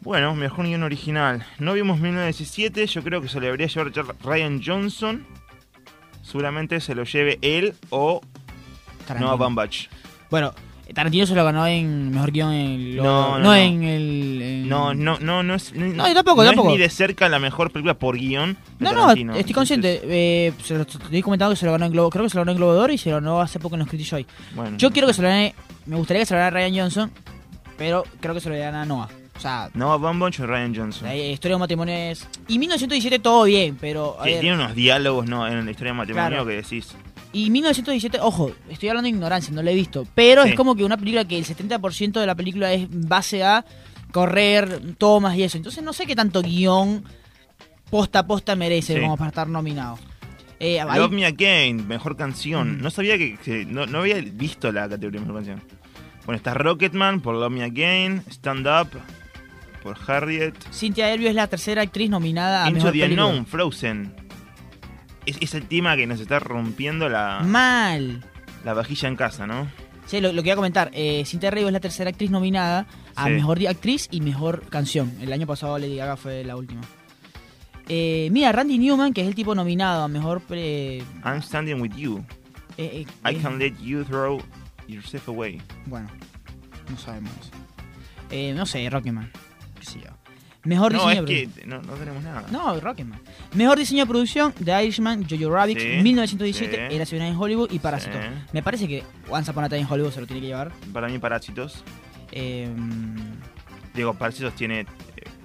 Speaker 3: Bueno, mejor guión original. No vimos 1917, yo creo que se lo debería llevar Char- Ryan Johnson. Seguramente se lo lleve él o
Speaker 2: Tarantino.
Speaker 3: Noah Bambach.
Speaker 2: Bueno, Tarantino se lo ganó en mejor guión en el-
Speaker 3: No, no, no.
Speaker 2: en el. en-
Speaker 3: No, no, no, no es.
Speaker 2: Mm. No, yo tampoco,
Speaker 3: no
Speaker 2: tampoco.
Speaker 3: es ni de cerca la mejor película por guión. de
Speaker 2: No, no,
Speaker 3: Tarantino.
Speaker 2: estoy consciente.
Speaker 3: Entonces,
Speaker 2: Eh, se lo estoy comentando que se lo ganó en Globo. Creo que se lo ganó en Globo de Oro y se lo ganó hace poco en los Critics Choice.
Speaker 3: bueno.
Speaker 2: Yo quiero que se lo gane. Me gustaría que se lo gane Ryan Johnson, pero creo que se lo gana Noah. O sea,
Speaker 3: Noah Bambach o Ryan Johnson.
Speaker 2: la historia de un matrimonio es. Y 1917 todo bien, pero. a
Speaker 3: Que
Speaker 2: ver,
Speaker 3: tiene unos diálogos ¿no? en la historia de matrimonio
Speaker 2: Claro.
Speaker 3: que decís.
Speaker 2: Y 1917, ojo, estoy hablando de ignorancia, no la he visto, pero es
Speaker 3: Sí.
Speaker 2: como que una película que el 70% de la película es base a correr, tomas y eso. Entonces no sé qué tanto guión posta a posta merece
Speaker 3: Sí.
Speaker 2: como para estar nominado. Eh, ahí-
Speaker 3: Love Me Again, mejor canción. No sabía que, que- no, no había visto la categoría de mejor canción. Bueno, está Rocketman por Love Me Again, Stand Up por Harriet,
Speaker 2: Cynthia Erivo es la tercera actriz nominada a
Speaker 3: Into
Speaker 2: Ah, mejor
Speaker 3: the
Speaker 2: película.
Speaker 3: Unknown, Frozen. Es, es el tema que nos está rompiendo la,
Speaker 2: Mal.
Speaker 3: la vajilla en casa, ¿no?
Speaker 2: Che, lo, lo que iba a comentar, eh, Cintia Erivo es la tercera actriz nominada a
Speaker 3: Sí.
Speaker 2: mejor di- actriz y mejor canción. El año pasado Lady Gaga fue la última. Eh, mira, Randy Newman, que es el tipo nominado a mejor. pre- eh,
Speaker 3: I'm standing with you.
Speaker 2: eh,
Speaker 3: I
Speaker 2: eh,
Speaker 3: can let you throw yourself away.
Speaker 2: Bueno, no sabemos. Eh, no sé, Rocketman. Qué sé yo. Mejor
Speaker 3: No,
Speaker 2: diseño
Speaker 3: es
Speaker 2: de produ-
Speaker 3: que no, no tenemos nada.
Speaker 2: No, Rocketman. Mejor diseño de producción de Irishman, Jojo Rabbit,
Speaker 3: Sí,
Speaker 2: 1917,
Speaker 3: sí.
Speaker 2: Era ciudad en Hollywood y Parásito.
Speaker 3: Sí. ¿eh?
Speaker 2: Me parece que Once Upon a Time in Hollywood se lo tiene que llevar.
Speaker 3: Para mí, Parásitos.
Speaker 2: Eh,
Speaker 3: Diego Parásitos tiene.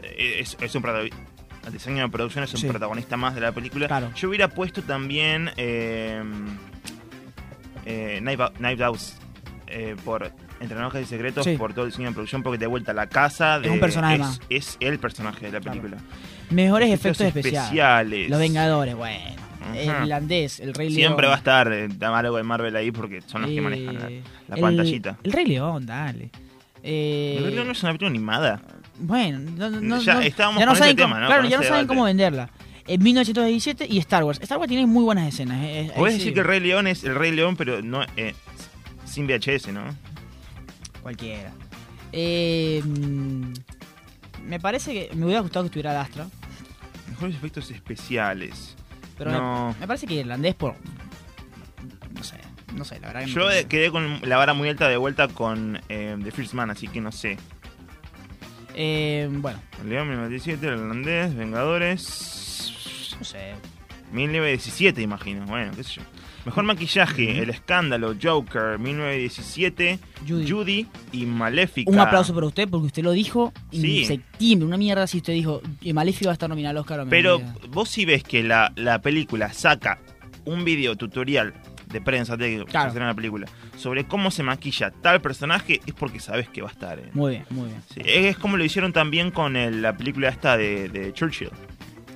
Speaker 3: eh, Es, es un prota- El diseño de producción es un
Speaker 2: Sí.
Speaker 3: protagonista más de la película.
Speaker 2: Claro.
Speaker 3: Yo hubiera puesto también. Eh, eh, Knife Out- Knife Outs, eh, por Entrenados y Secretos.
Speaker 2: Sí.
Speaker 3: Por todo el diseño de producción. Porque de vuelta a la casa.
Speaker 2: Es
Speaker 3: de-
Speaker 2: un personaje
Speaker 3: es-
Speaker 2: más.
Speaker 3: Es el personaje de la
Speaker 2: Claro.
Speaker 3: película.
Speaker 2: mejores efectos, especiales.
Speaker 3: especiales.
Speaker 2: Los Vengadores, bueno.
Speaker 3: Ajá.
Speaker 2: El irlandés, el Rey León.
Speaker 3: Siempre va a estar eh, algo de Marvel ahí porque son los que
Speaker 2: Eh,
Speaker 3: manejan la, la
Speaker 2: el-
Speaker 3: pantallita.
Speaker 2: El Rey León, dale. Eh,
Speaker 3: El Rey León no es una película animada.
Speaker 2: Bueno, no, no- no-
Speaker 3: Ya
Speaker 2: no-
Speaker 3: estábamos
Speaker 2: ya no
Speaker 3: con ese
Speaker 2: saben cómo,
Speaker 3: tema, ¿no?
Speaker 2: Claro,
Speaker 3: Con
Speaker 2: ya no
Speaker 3: ese
Speaker 2: saben
Speaker 3: debate.
Speaker 2: cómo venderla. En 1917 y Star Wars. Star Wars tiene muy buenas escenas. eh, eh,
Speaker 3: Puedes
Speaker 2: ahí
Speaker 3: decir
Speaker 2: sí,
Speaker 3: que el Rey León es el Rey León, pero no eh, sin VHS, ¿no?
Speaker 2: Cualquiera. Eh, mm, me parece que me hubiera gustado que estuviera el Astra.
Speaker 3: Mejores efectos especiales.
Speaker 2: Pero
Speaker 3: No.
Speaker 2: me, me parece que irlandés por. No sé, no sé, la verdad que no
Speaker 3: Yo eh,
Speaker 2: sé.
Speaker 3: quedé con la vara muy alta de vuelta con eh, The First Man, así que no sé.
Speaker 2: Eh, bueno,
Speaker 3: El León 1917, el holandés, Vengadores.
Speaker 2: no sé.
Speaker 3: 1917, imagino. Bueno, qué sé yo. Mejor maquillaje, El Escándalo, Joker, 1917,
Speaker 2: Judy.
Speaker 3: Judy, y Maléfica.
Speaker 2: Un aplauso para usted porque usted lo dijo en
Speaker 3: Sí.
Speaker 2: septiembre. Una mierda si usted dijo que Malefic va a estar nominado al Oscar. o me
Speaker 3: Pero
Speaker 2: olvida.
Speaker 3: vos si ves que la, la película saca un video tutorial de prensa de que se
Speaker 2: Claro.
Speaker 3: estrena la película sobre cómo se maquilla tal personaje es porque sabes que va a estar. eh. en-
Speaker 2: Muy bien, muy bien.
Speaker 3: Sí, es es como lo hicieron también con el- la película esta de, de Churchill.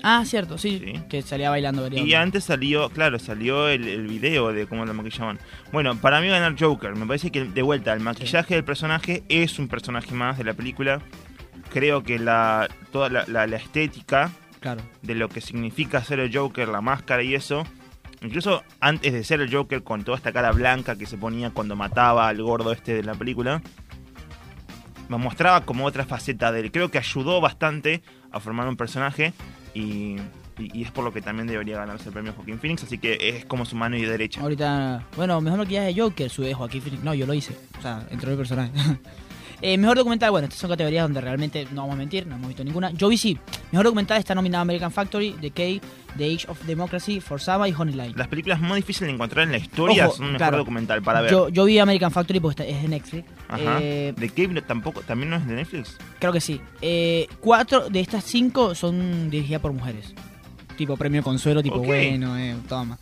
Speaker 2: Ah, cierto, sí.
Speaker 3: Sí.
Speaker 2: Que salía bailando. Ariana.
Speaker 3: Y antes salió, claro, salió el, el video de cómo lo maquillaban. Bueno, para mí ganar Joker, me parece que de vuelta, el maquillaje del personaje es un personaje más de la película. Creo que la, toda la- la- la estética
Speaker 2: Claro.
Speaker 3: de lo que significa ser el Joker, la máscara y eso. Incluso antes de ser el Joker con toda esta cara blanca que se ponía cuando mataba al gordo este de la película, me mostraba como otra faceta de él. Creo que ayudó bastante a formar un personaje y, y- y es por lo que también debería ganarse el premio Joaquín Phoenix, así que es como su mano y derecha.
Speaker 2: Ahorita, bueno, mejor maquillaje de Joker, su hijo aquí. No, yo lo hice. O sea, entró el personaje. Eh, mejor documental, bueno, estas son categorías donde realmente no vamos a mentir, no hemos visto ninguna. Yo vi sí. Mejor documental está nominado American Factory, The Cave, The Age of Democracy, Forzaba y Honeyline.
Speaker 3: Las películas más difíciles de encontrar en la historia
Speaker 2: Ojo,
Speaker 3: son un mejor
Speaker 2: claro.
Speaker 3: documental para ver.
Speaker 2: Yo, yo vi American Factory porque está- es de Netflix.
Speaker 3: Ajá.
Speaker 2: Eh,
Speaker 3: The Cave no- tampoco, también no es de Netflix.
Speaker 2: creo que sí. Eh, cuatro de estas cinco son dirigidas por mujeres. Tipo premio consuelo, tipo
Speaker 3: Ok.
Speaker 2: bueno, eh, toma.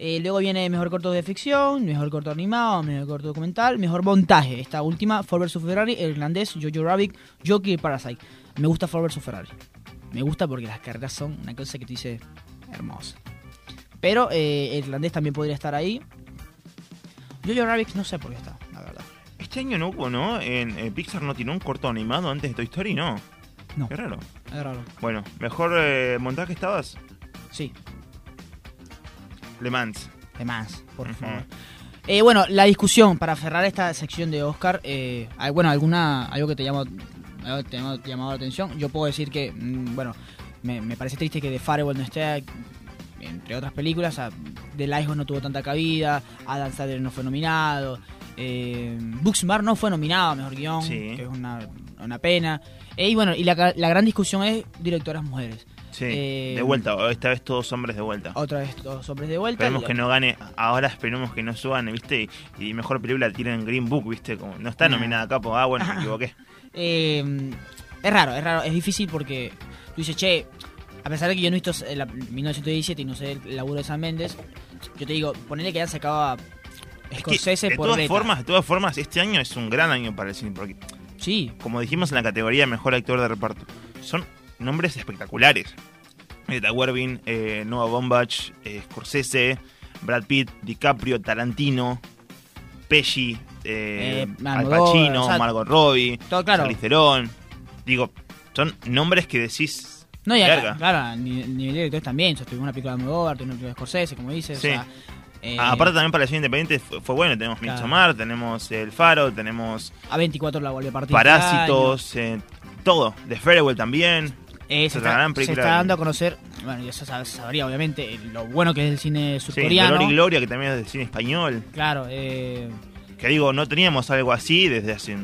Speaker 2: Eh, luego viene mejor corto de ficción, mejor corto animado, mejor corto documental, mejor montaje. Esta última, Ford vs Ferrari, El Irlandés, Jojo Rabbit, Joker y Parasite. Me gusta Ford vs Ferrari. Me gusta porque las carreras son una cosa que te dice hermosa. Pero eh, el irlandés también podría estar ahí. Jojo Rabbit no sé por qué está, la verdad.
Speaker 3: Este año no hubo, ¿no? En, en Pixar no tiró un corto animado antes de Toy Story, no.
Speaker 2: No,
Speaker 3: Qué raro.
Speaker 2: es raro.
Speaker 3: Bueno, mejor eh, montaje estabas.
Speaker 2: Sí,
Speaker 3: Le Mans.
Speaker 2: De más, por
Speaker 3: Ujú.
Speaker 2: favor. Eh, bueno, la discusión para cerrar esta sección de Oscar. eh, hay- bueno, alguna algo que te llamó, algo que te llamó, te llamó la atención. Yo puedo decir que, mm, bueno, me, me parece triste que The Farewell no esté, entre otras películas. a- The Lighthouse no tuvo tanta cabida. Adam Sandler no fue nominado. Eh, Booksmart no fue nominado a mejor guión,
Speaker 3: Sí.
Speaker 2: que es una, una pena. Eh, y bueno, y la, ca- la gran discusión es directoras mujeres.
Speaker 3: Sí.
Speaker 2: Eh,
Speaker 3: de vuelta, esta vez todos hombres de vuelta.
Speaker 2: Otra vez, todos hombres de vuelta.
Speaker 3: Esperemos
Speaker 2: La-
Speaker 3: que no gane. Ahora esperemos que no suban, ¿viste? Y mejor película tienen Green Book, ¿viste? Como, no está
Speaker 2: Nah.
Speaker 3: nominada acá, pues, ah, bueno, me equivoqué.
Speaker 2: Eh, es raro, es raro, es difícil porque tú dices, che, a pesar de que yo no he visto eh, la- 1917 y no sé el laburo de San Méndez, yo te digo, ponele que ya sacado a
Speaker 3: Es que,
Speaker 2: Scorsese
Speaker 3: de
Speaker 2: por
Speaker 3: todas
Speaker 2: Beta.
Speaker 3: formas, de todas formas, este año es un gran año para el cine, porque
Speaker 2: Sí,
Speaker 3: como dijimos en la categoría de mejor actor de reparto, son nombres espectaculares. Greta Werbin, eh, Noah Bombach, eh, Scorsese, Brad Pitt, DiCaprio, Tarantino, Pesci, eh,
Speaker 2: Eh,
Speaker 3: Al
Speaker 2: Almodóvar,
Speaker 3: Pacino,
Speaker 2: o sea,
Speaker 3: Margot Robbie,
Speaker 2: todo claro.
Speaker 3: Charlize Theron. Digo, son nombres que decís.
Speaker 2: No, y acá,
Speaker 3: verga.
Speaker 2: claro, a ni- nivel de directores también. O sea, tuvimos una película de Almodóvar, tuvimos una película de Scorsese, como dices.
Speaker 3: Sí.
Speaker 2: O sea, eh,
Speaker 3: Ah, Aparte también para el cine independiente fue, fue bueno. Tenemos
Speaker 2: Claro.
Speaker 3: Midsommar, tenemos El Faro, tenemos
Speaker 2: A24 la volvió a partir. este
Speaker 3: Parásitos, eh, todo. The Farewell también.
Speaker 2: Eh, se,
Speaker 3: Otra gran
Speaker 2: está, se
Speaker 3: película
Speaker 2: está
Speaker 3: de-
Speaker 2: dando a conocer, bueno, y eso sab- sabría obviamente, eh, lo bueno que es el cine
Speaker 3: Sí, Dolor y
Speaker 2: surcoreano.
Speaker 3: Gloria, que también es del cine español.
Speaker 2: claro, eh,
Speaker 3: Que digo, no teníamos algo así desde hace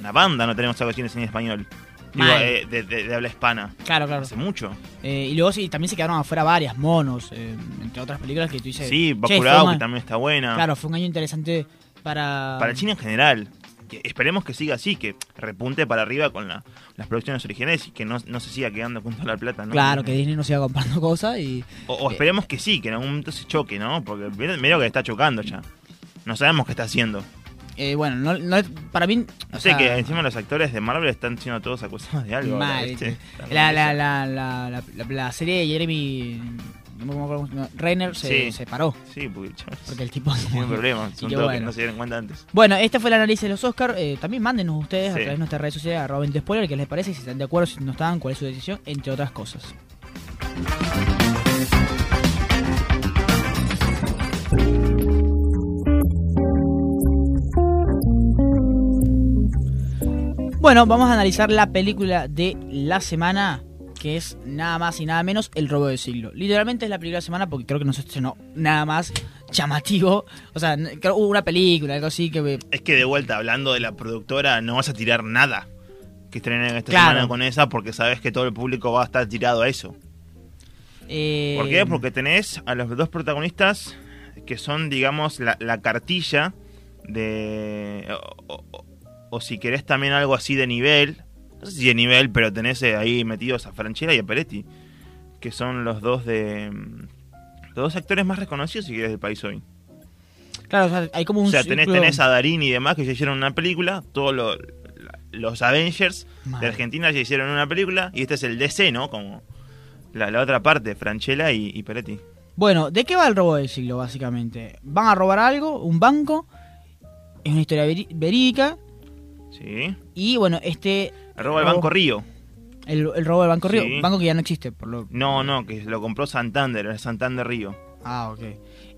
Speaker 3: una banda, no tenemos algo así en el cine español. Digo,
Speaker 2: Mal.
Speaker 3: eh, de, de- de habla hispana.
Speaker 2: claro, claro.
Speaker 3: Hace mucho.
Speaker 2: Eh, y luego sí, también se quedaron afuera varias, Monos, eh, entre otras películas que tú dices.
Speaker 3: Sí,
Speaker 2: "Che,
Speaker 3: Bakurao,
Speaker 2: fue
Speaker 3: que
Speaker 2: un-
Speaker 3: también está buena.
Speaker 2: Claro, fue un año interesante para...
Speaker 3: Para el cine en general. Que esperemos que siga así, que repunte para arriba con la- las producciones originales y que no, no se siga quedando junto a la plata. ¿no?
Speaker 2: Claro, que Disney no siga comprando cosas y...
Speaker 3: O, o esperemos que sí, que en algún momento se choque, ¿no? Porque mira mira lo que está chocando ya. No sabemos qué está haciendo.
Speaker 2: eh, bueno, no, no es- para mí... o
Speaker 3: No sé,
Speaker 2: sea,
Speaker 3: que encima los actores de Marvel están siendo todos acusados de algo. ahora,
Speaker 2: mal,
Speaker 3: ¿viste?
Speaker 2: La, la, la, la, la, la- la serie de Jeremy... No me acuerdo cómo se llama, Renner se,
Speaker 3: Sí.
Speaker 2: se paró.
Speaker 3: Sí, porque chavales,
Speaker 2: Porque el tipo...
Speaker 3: tiene un problema. Son
Speaker 2: que
Speaker 3: todos que
Speaker 2: bueno.
Speaker 3: no se dieron cuenta antes.
Speaker 2: Bueno, este fue el análisis de los Oscars. también mándenos ustedes a
Speaker 3: Sí.
Speaker 2: través de nuestras redes sociales, arroba 20 spoiler, qué les parece, si están de acuerdo, si no están, cuál es su decisión, entre otras cosas. Bueno, vamos a analizar la película de la semana, que es nada más y nada menos El robo del siglo. Literalmente es la película de la semana porque creo que no se estrenó nada más llamativo. O sea, n- creo- hubo una película, algo así que... me-
Speaker 3: Es que de vuelta, hablando de la productora, no vas a tirar nada que estrenen esta
Speaker 2: Claro.
Speaker 3: semana con esa porque sabes que todo el público va a estar tirado a eso.
Speaker 2: eh,
Speaker 3: ¿Por qué? Porque tenés a los dos protagonistas que son, digamos, la, la cartilla de... O, o- o- o si querés también algo así de nivel, no sé si de nivel, pero tenés eh, ahí metidos a Franchella y a Peretti, que son los dos de... mm, Los dos actores más reconocidos, si querés, del país hoy.
Speaker 2: Claro, o sea, hay como un...
Speaker 3: O sea, tenés,
Speaker 2: círculo-
Speaker 3: tenés a Darín y demás que ya hicieron una película, todos lo- la- los Avengers
Speaker 2: Madre.
Speaker 3: de Argentina ya hicieron una película, y este es el DC, ¿no? Como la, la otra parte, Franchella y, y Peretti.
Speaker 2: Bueno, ¿de qué va el robo del siglo, básicamente? Van a robar algo, un banco, es una historia veri- verídica,
Speaker 3: Sí.
Speaker 2: y bueno, este...
Speaker 3: Roba el
Speaker 2: Robo.
Speaker 3: Banco Río.
Speaker 2: El, el robo del Banco Río,
Speaker 3: Sí.
Speaker 2: banco que ya no existe, por lo...
Speaker 3: No, no, que lo compró Santander, el Santander Río.
Speaker 2: Ah, ok.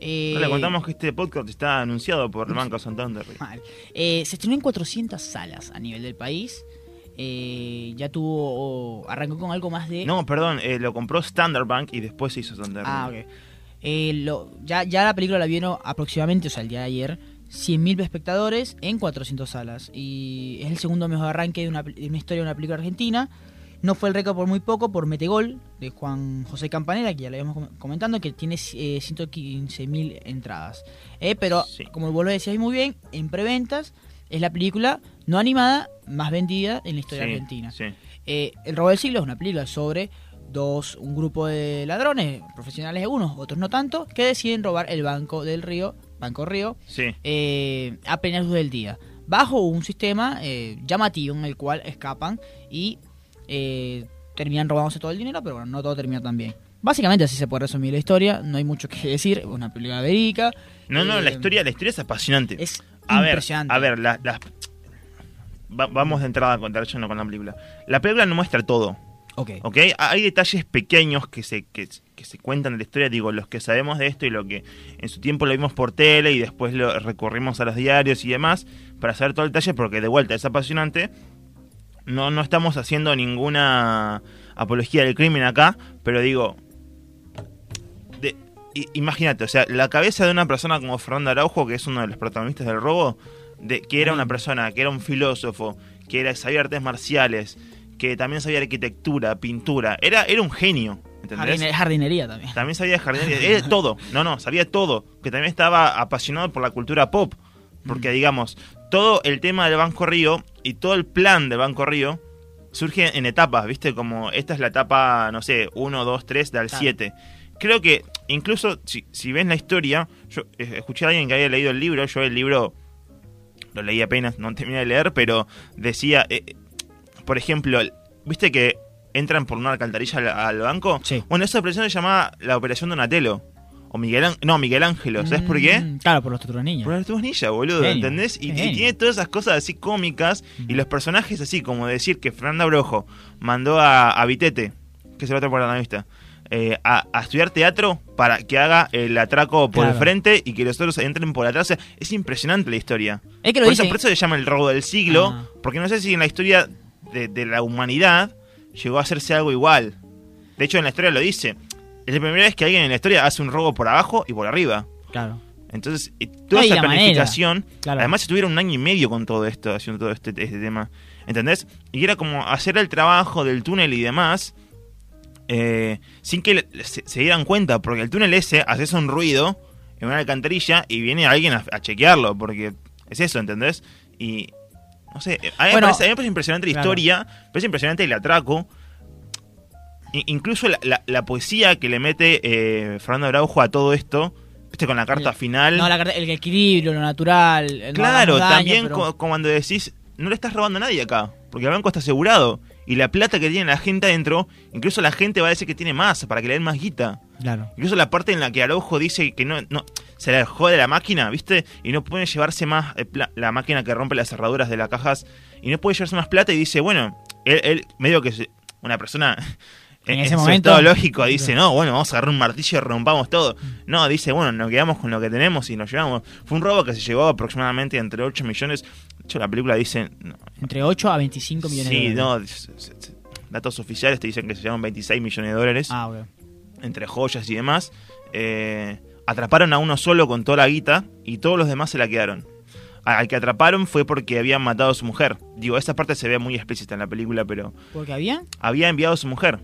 Speaker 2: Eh,
Speaker 3: No le contamos que este podcast está anunciado por el Banco Santander Río.
Speaker 2: Mal. Eh, se estrenó en 400 salas a nivel del país. Eh, ya tuvo. o arrancó con algo más de.
Speaker 3: No, perdón, eh, lo compró Standard Bank y después se hizo Santander
Speaker 2: Ah,
Speaker 3: Río.
Speaker 2: ok. Eh, lo- ya, ya la película la vieron aproximadamente, o sea, el día de ayer, 100.000 espectadores en 400 salas. Y es el segundo mejor arranque de una, pel- de una historia de una película argentina. No fue el récord por muy poco, por Metegol, de Juan José Campanella, que ya lo habíamos com- comentando, que tiene eh, 115.000 entradas. Eh, pero,
Speaker 3: Sí.
Speaker 2: como vos lo decías muy bien, en preventas es la película no animada más vendida en la historia
Speaker 3: Sí,
Speaker 2: argentina.
Speaker 3: Sí.
Speaker 2: Eh, el robo del siglo es una película sobre dos, un grupo de ladrones, profesionales algunos, otros no tanto, que deciden robar el banco del río, Banco Río,
Speaker 3: Sí.
Speaker 2: eh, a plena luz del día, bajo un sistema eh, llamativo en el cual escapan y eh, terminan robándose todo el dinero, pero bueno, no todo termina tan bien. Básicamente así se puede resumir la historia, no hay mucho que decir, una película verídica.
Speaker 3: No, no,
Speaker 2: eh,
Speaker 3: la historia, la historia es apasionante.
Speaker 2: es
Speaker 3: a ver,
Speaker 2: impresionante.
Speaker 3: a ver, las las- va- vamos de entrada a contar yo no con la película. La película no muestra todo.
Speaker 2: Ok.
Speaker 3: ¿ok? Ha- Hay detalles pequeños que se, que, que se cuentan de la historia, digo, los que sabemos de esto y lo que en su tiempo lo vimos por tele y después lo recurrimos a los diarios y demás para saber todo el detalle, porque de vuelta es apasionante. No, no estamos haciendo ninguna apología del crimen acá, pero digo, de- i- imagínate, o sea, la cabeza de una persona como Fernando Araujo, que es uno de los protagonistas del robo, de, que era una persona, que era un filósofo, que era, sabía artes marciales, que también sabía arquitectura, pintura, era, era un genio, ¿entendés?
Speaker 2: Jardine- jardinería también.
Speaker 3: También sabía jardinería, era todo, no, no, sabía todo, que también estaba apasionado por la cultura pop,
Speaker 2: Mm.
Speaker 3: porque digamos, todo el tema del Banco Río y todo el plan del Banco Río surge en etapas, ¿viste? Como esta es la etapa, no sé, 1, 2, 3, del
Speaker 2: Claro.
Speaker 3: 7. Creo que incluso si, si ves la historia, yo eh, escuché a alguien que había leído el libro, yo el libro lo leí apenas, no terminé de leer, pero decía, eh, por ejemplo, eh, viste que entran por una alcantarilla al, al banco.
Speaker 2: Sí.
Speaker 3: Bueno, esa operación se llamaba la Operación Donatello. O Miguel Ángel. No, Miguel Ángelo. ¿Sabes por qué?
Speaker 2: Mm, Claro, por los Torturanillas.
Speaker 3: Por las niñas, boludo,
Speaker 2: Genio,
Speaker 3: ¿entendés? Y,
Speaker 2: qué
Speaker 3: y
Speaker 2: genio. Mm.
Speaker 3: tiene todas esas cosas así cómicas y los personajes así, como decir que Fernanda Brojo mandó a, a Vitete, que es el otro protagonista, eh, a, a estudiar teatro para que haga el atraco por
Speaker 2: Claro.
Speaker 3: el frente y que los otros entren por atrás. O sea, es impresionante la historia.
Speaker 2: Es que lo
Speaker 3: Por eso,
Speaker 2: dicen.
Speaker 3: por eso se llama el robo del siglo,
Speaker 2: Ah.
Speaker 3: porque no sé si en la historia de, de la humanidad llegó a hacerse algo igual. De hecho, en la historia lo dice. Es la primera vez que alguien en la historia hace un robo por abajo y por arriba.
Speaker 2: Claro.
Speaker 3: Entonces, eh,
Speaker 2: No,
Speaker 3: toda
Speaker 2: y
Speaker 3: esa
Speaker 2: la manera.
Speaker 3: planificación,
Speaker 2: Claro.
Speaker 3: además estuvieron un año y medio con todo esto, haciendo todo este, este tema, ¿entendés? Y era como hacer el trabajo del túnel y demás, eh, sin que le- se, se dieran cuenta, porque el túnel ese, haces un ruido en una alcantarilla y viene alguien a, a chequearlo, porque es eso, ¿entendés? Y, no sé, a mí,
Speaker 2: Bueno,
Speaker 3: me, parece, a mí me parece impresionante la
Speaker 2: claro.
Speaker 3: historia, me parece impresionante el atraco. I- Incluso la, la- la poesía que le mete eh, Fernando Araujo a todo esto, este con la carta
Speaker 2: La-
Speaker 3: final.
Speaker 2: No, la carta- el equilibrio, lo natural. el no
Speaker 3: Claro,
Speaker 2: hagamos daño,
Speaker 3: también
Speaker 2: pero-
Speaker 3: co- cuando decís, no le estás robando a nadie acá, porque el banco está asegurado. Y la plata que tiene la gente adentro, incluso la gente va a decir que tiene más, para que le den más guita.
Speaker 2: Claro.
Speaker 3: Incluso la parte en la que Araujo dice que no, no se la jode la máquina, ¿viste? Y no puede llevarse más eh, pla- la máquina que rompe las cerraduras de las cajas, y no puede llevarse más plata. Y dice, bueno, él, él medio que se- una persona
Speaker 2: En
Speaker 3: en
Speaker 2: ese
Speaker 3: su
Speaker 2: momento.
Speaker 3: estado lógico dice, no, bueno, vamos a agarrar un martillo y rompamos todo. No, dice, bueno, nos quedamos con lo que tenemos y nos llevamos. Fue un robo que se llevó aproximadamente entre 8 millones. De hecho, la película dice, no,
Speaker 2: Entre 8 a 25 millones
Speaker 3: sí,
Speaker 2: de dólares.
Speaker 3: no, s- s- s- datos oficiales te dicen que se llevaron 26 millones de dólares
Speaker 2: Ah, bueno.
Speaker 3: entre joyas y demás, eh, atraparon a uno solo con toda la guita y todos los demás se la quedaron. A- Al que atraparon fue porque habían matado a su mujer. Digo, esa parte se ve muy explícita en la película, pero
Speaker 2: ¿Porque había?
Speaker 3: había enviado a su mujer.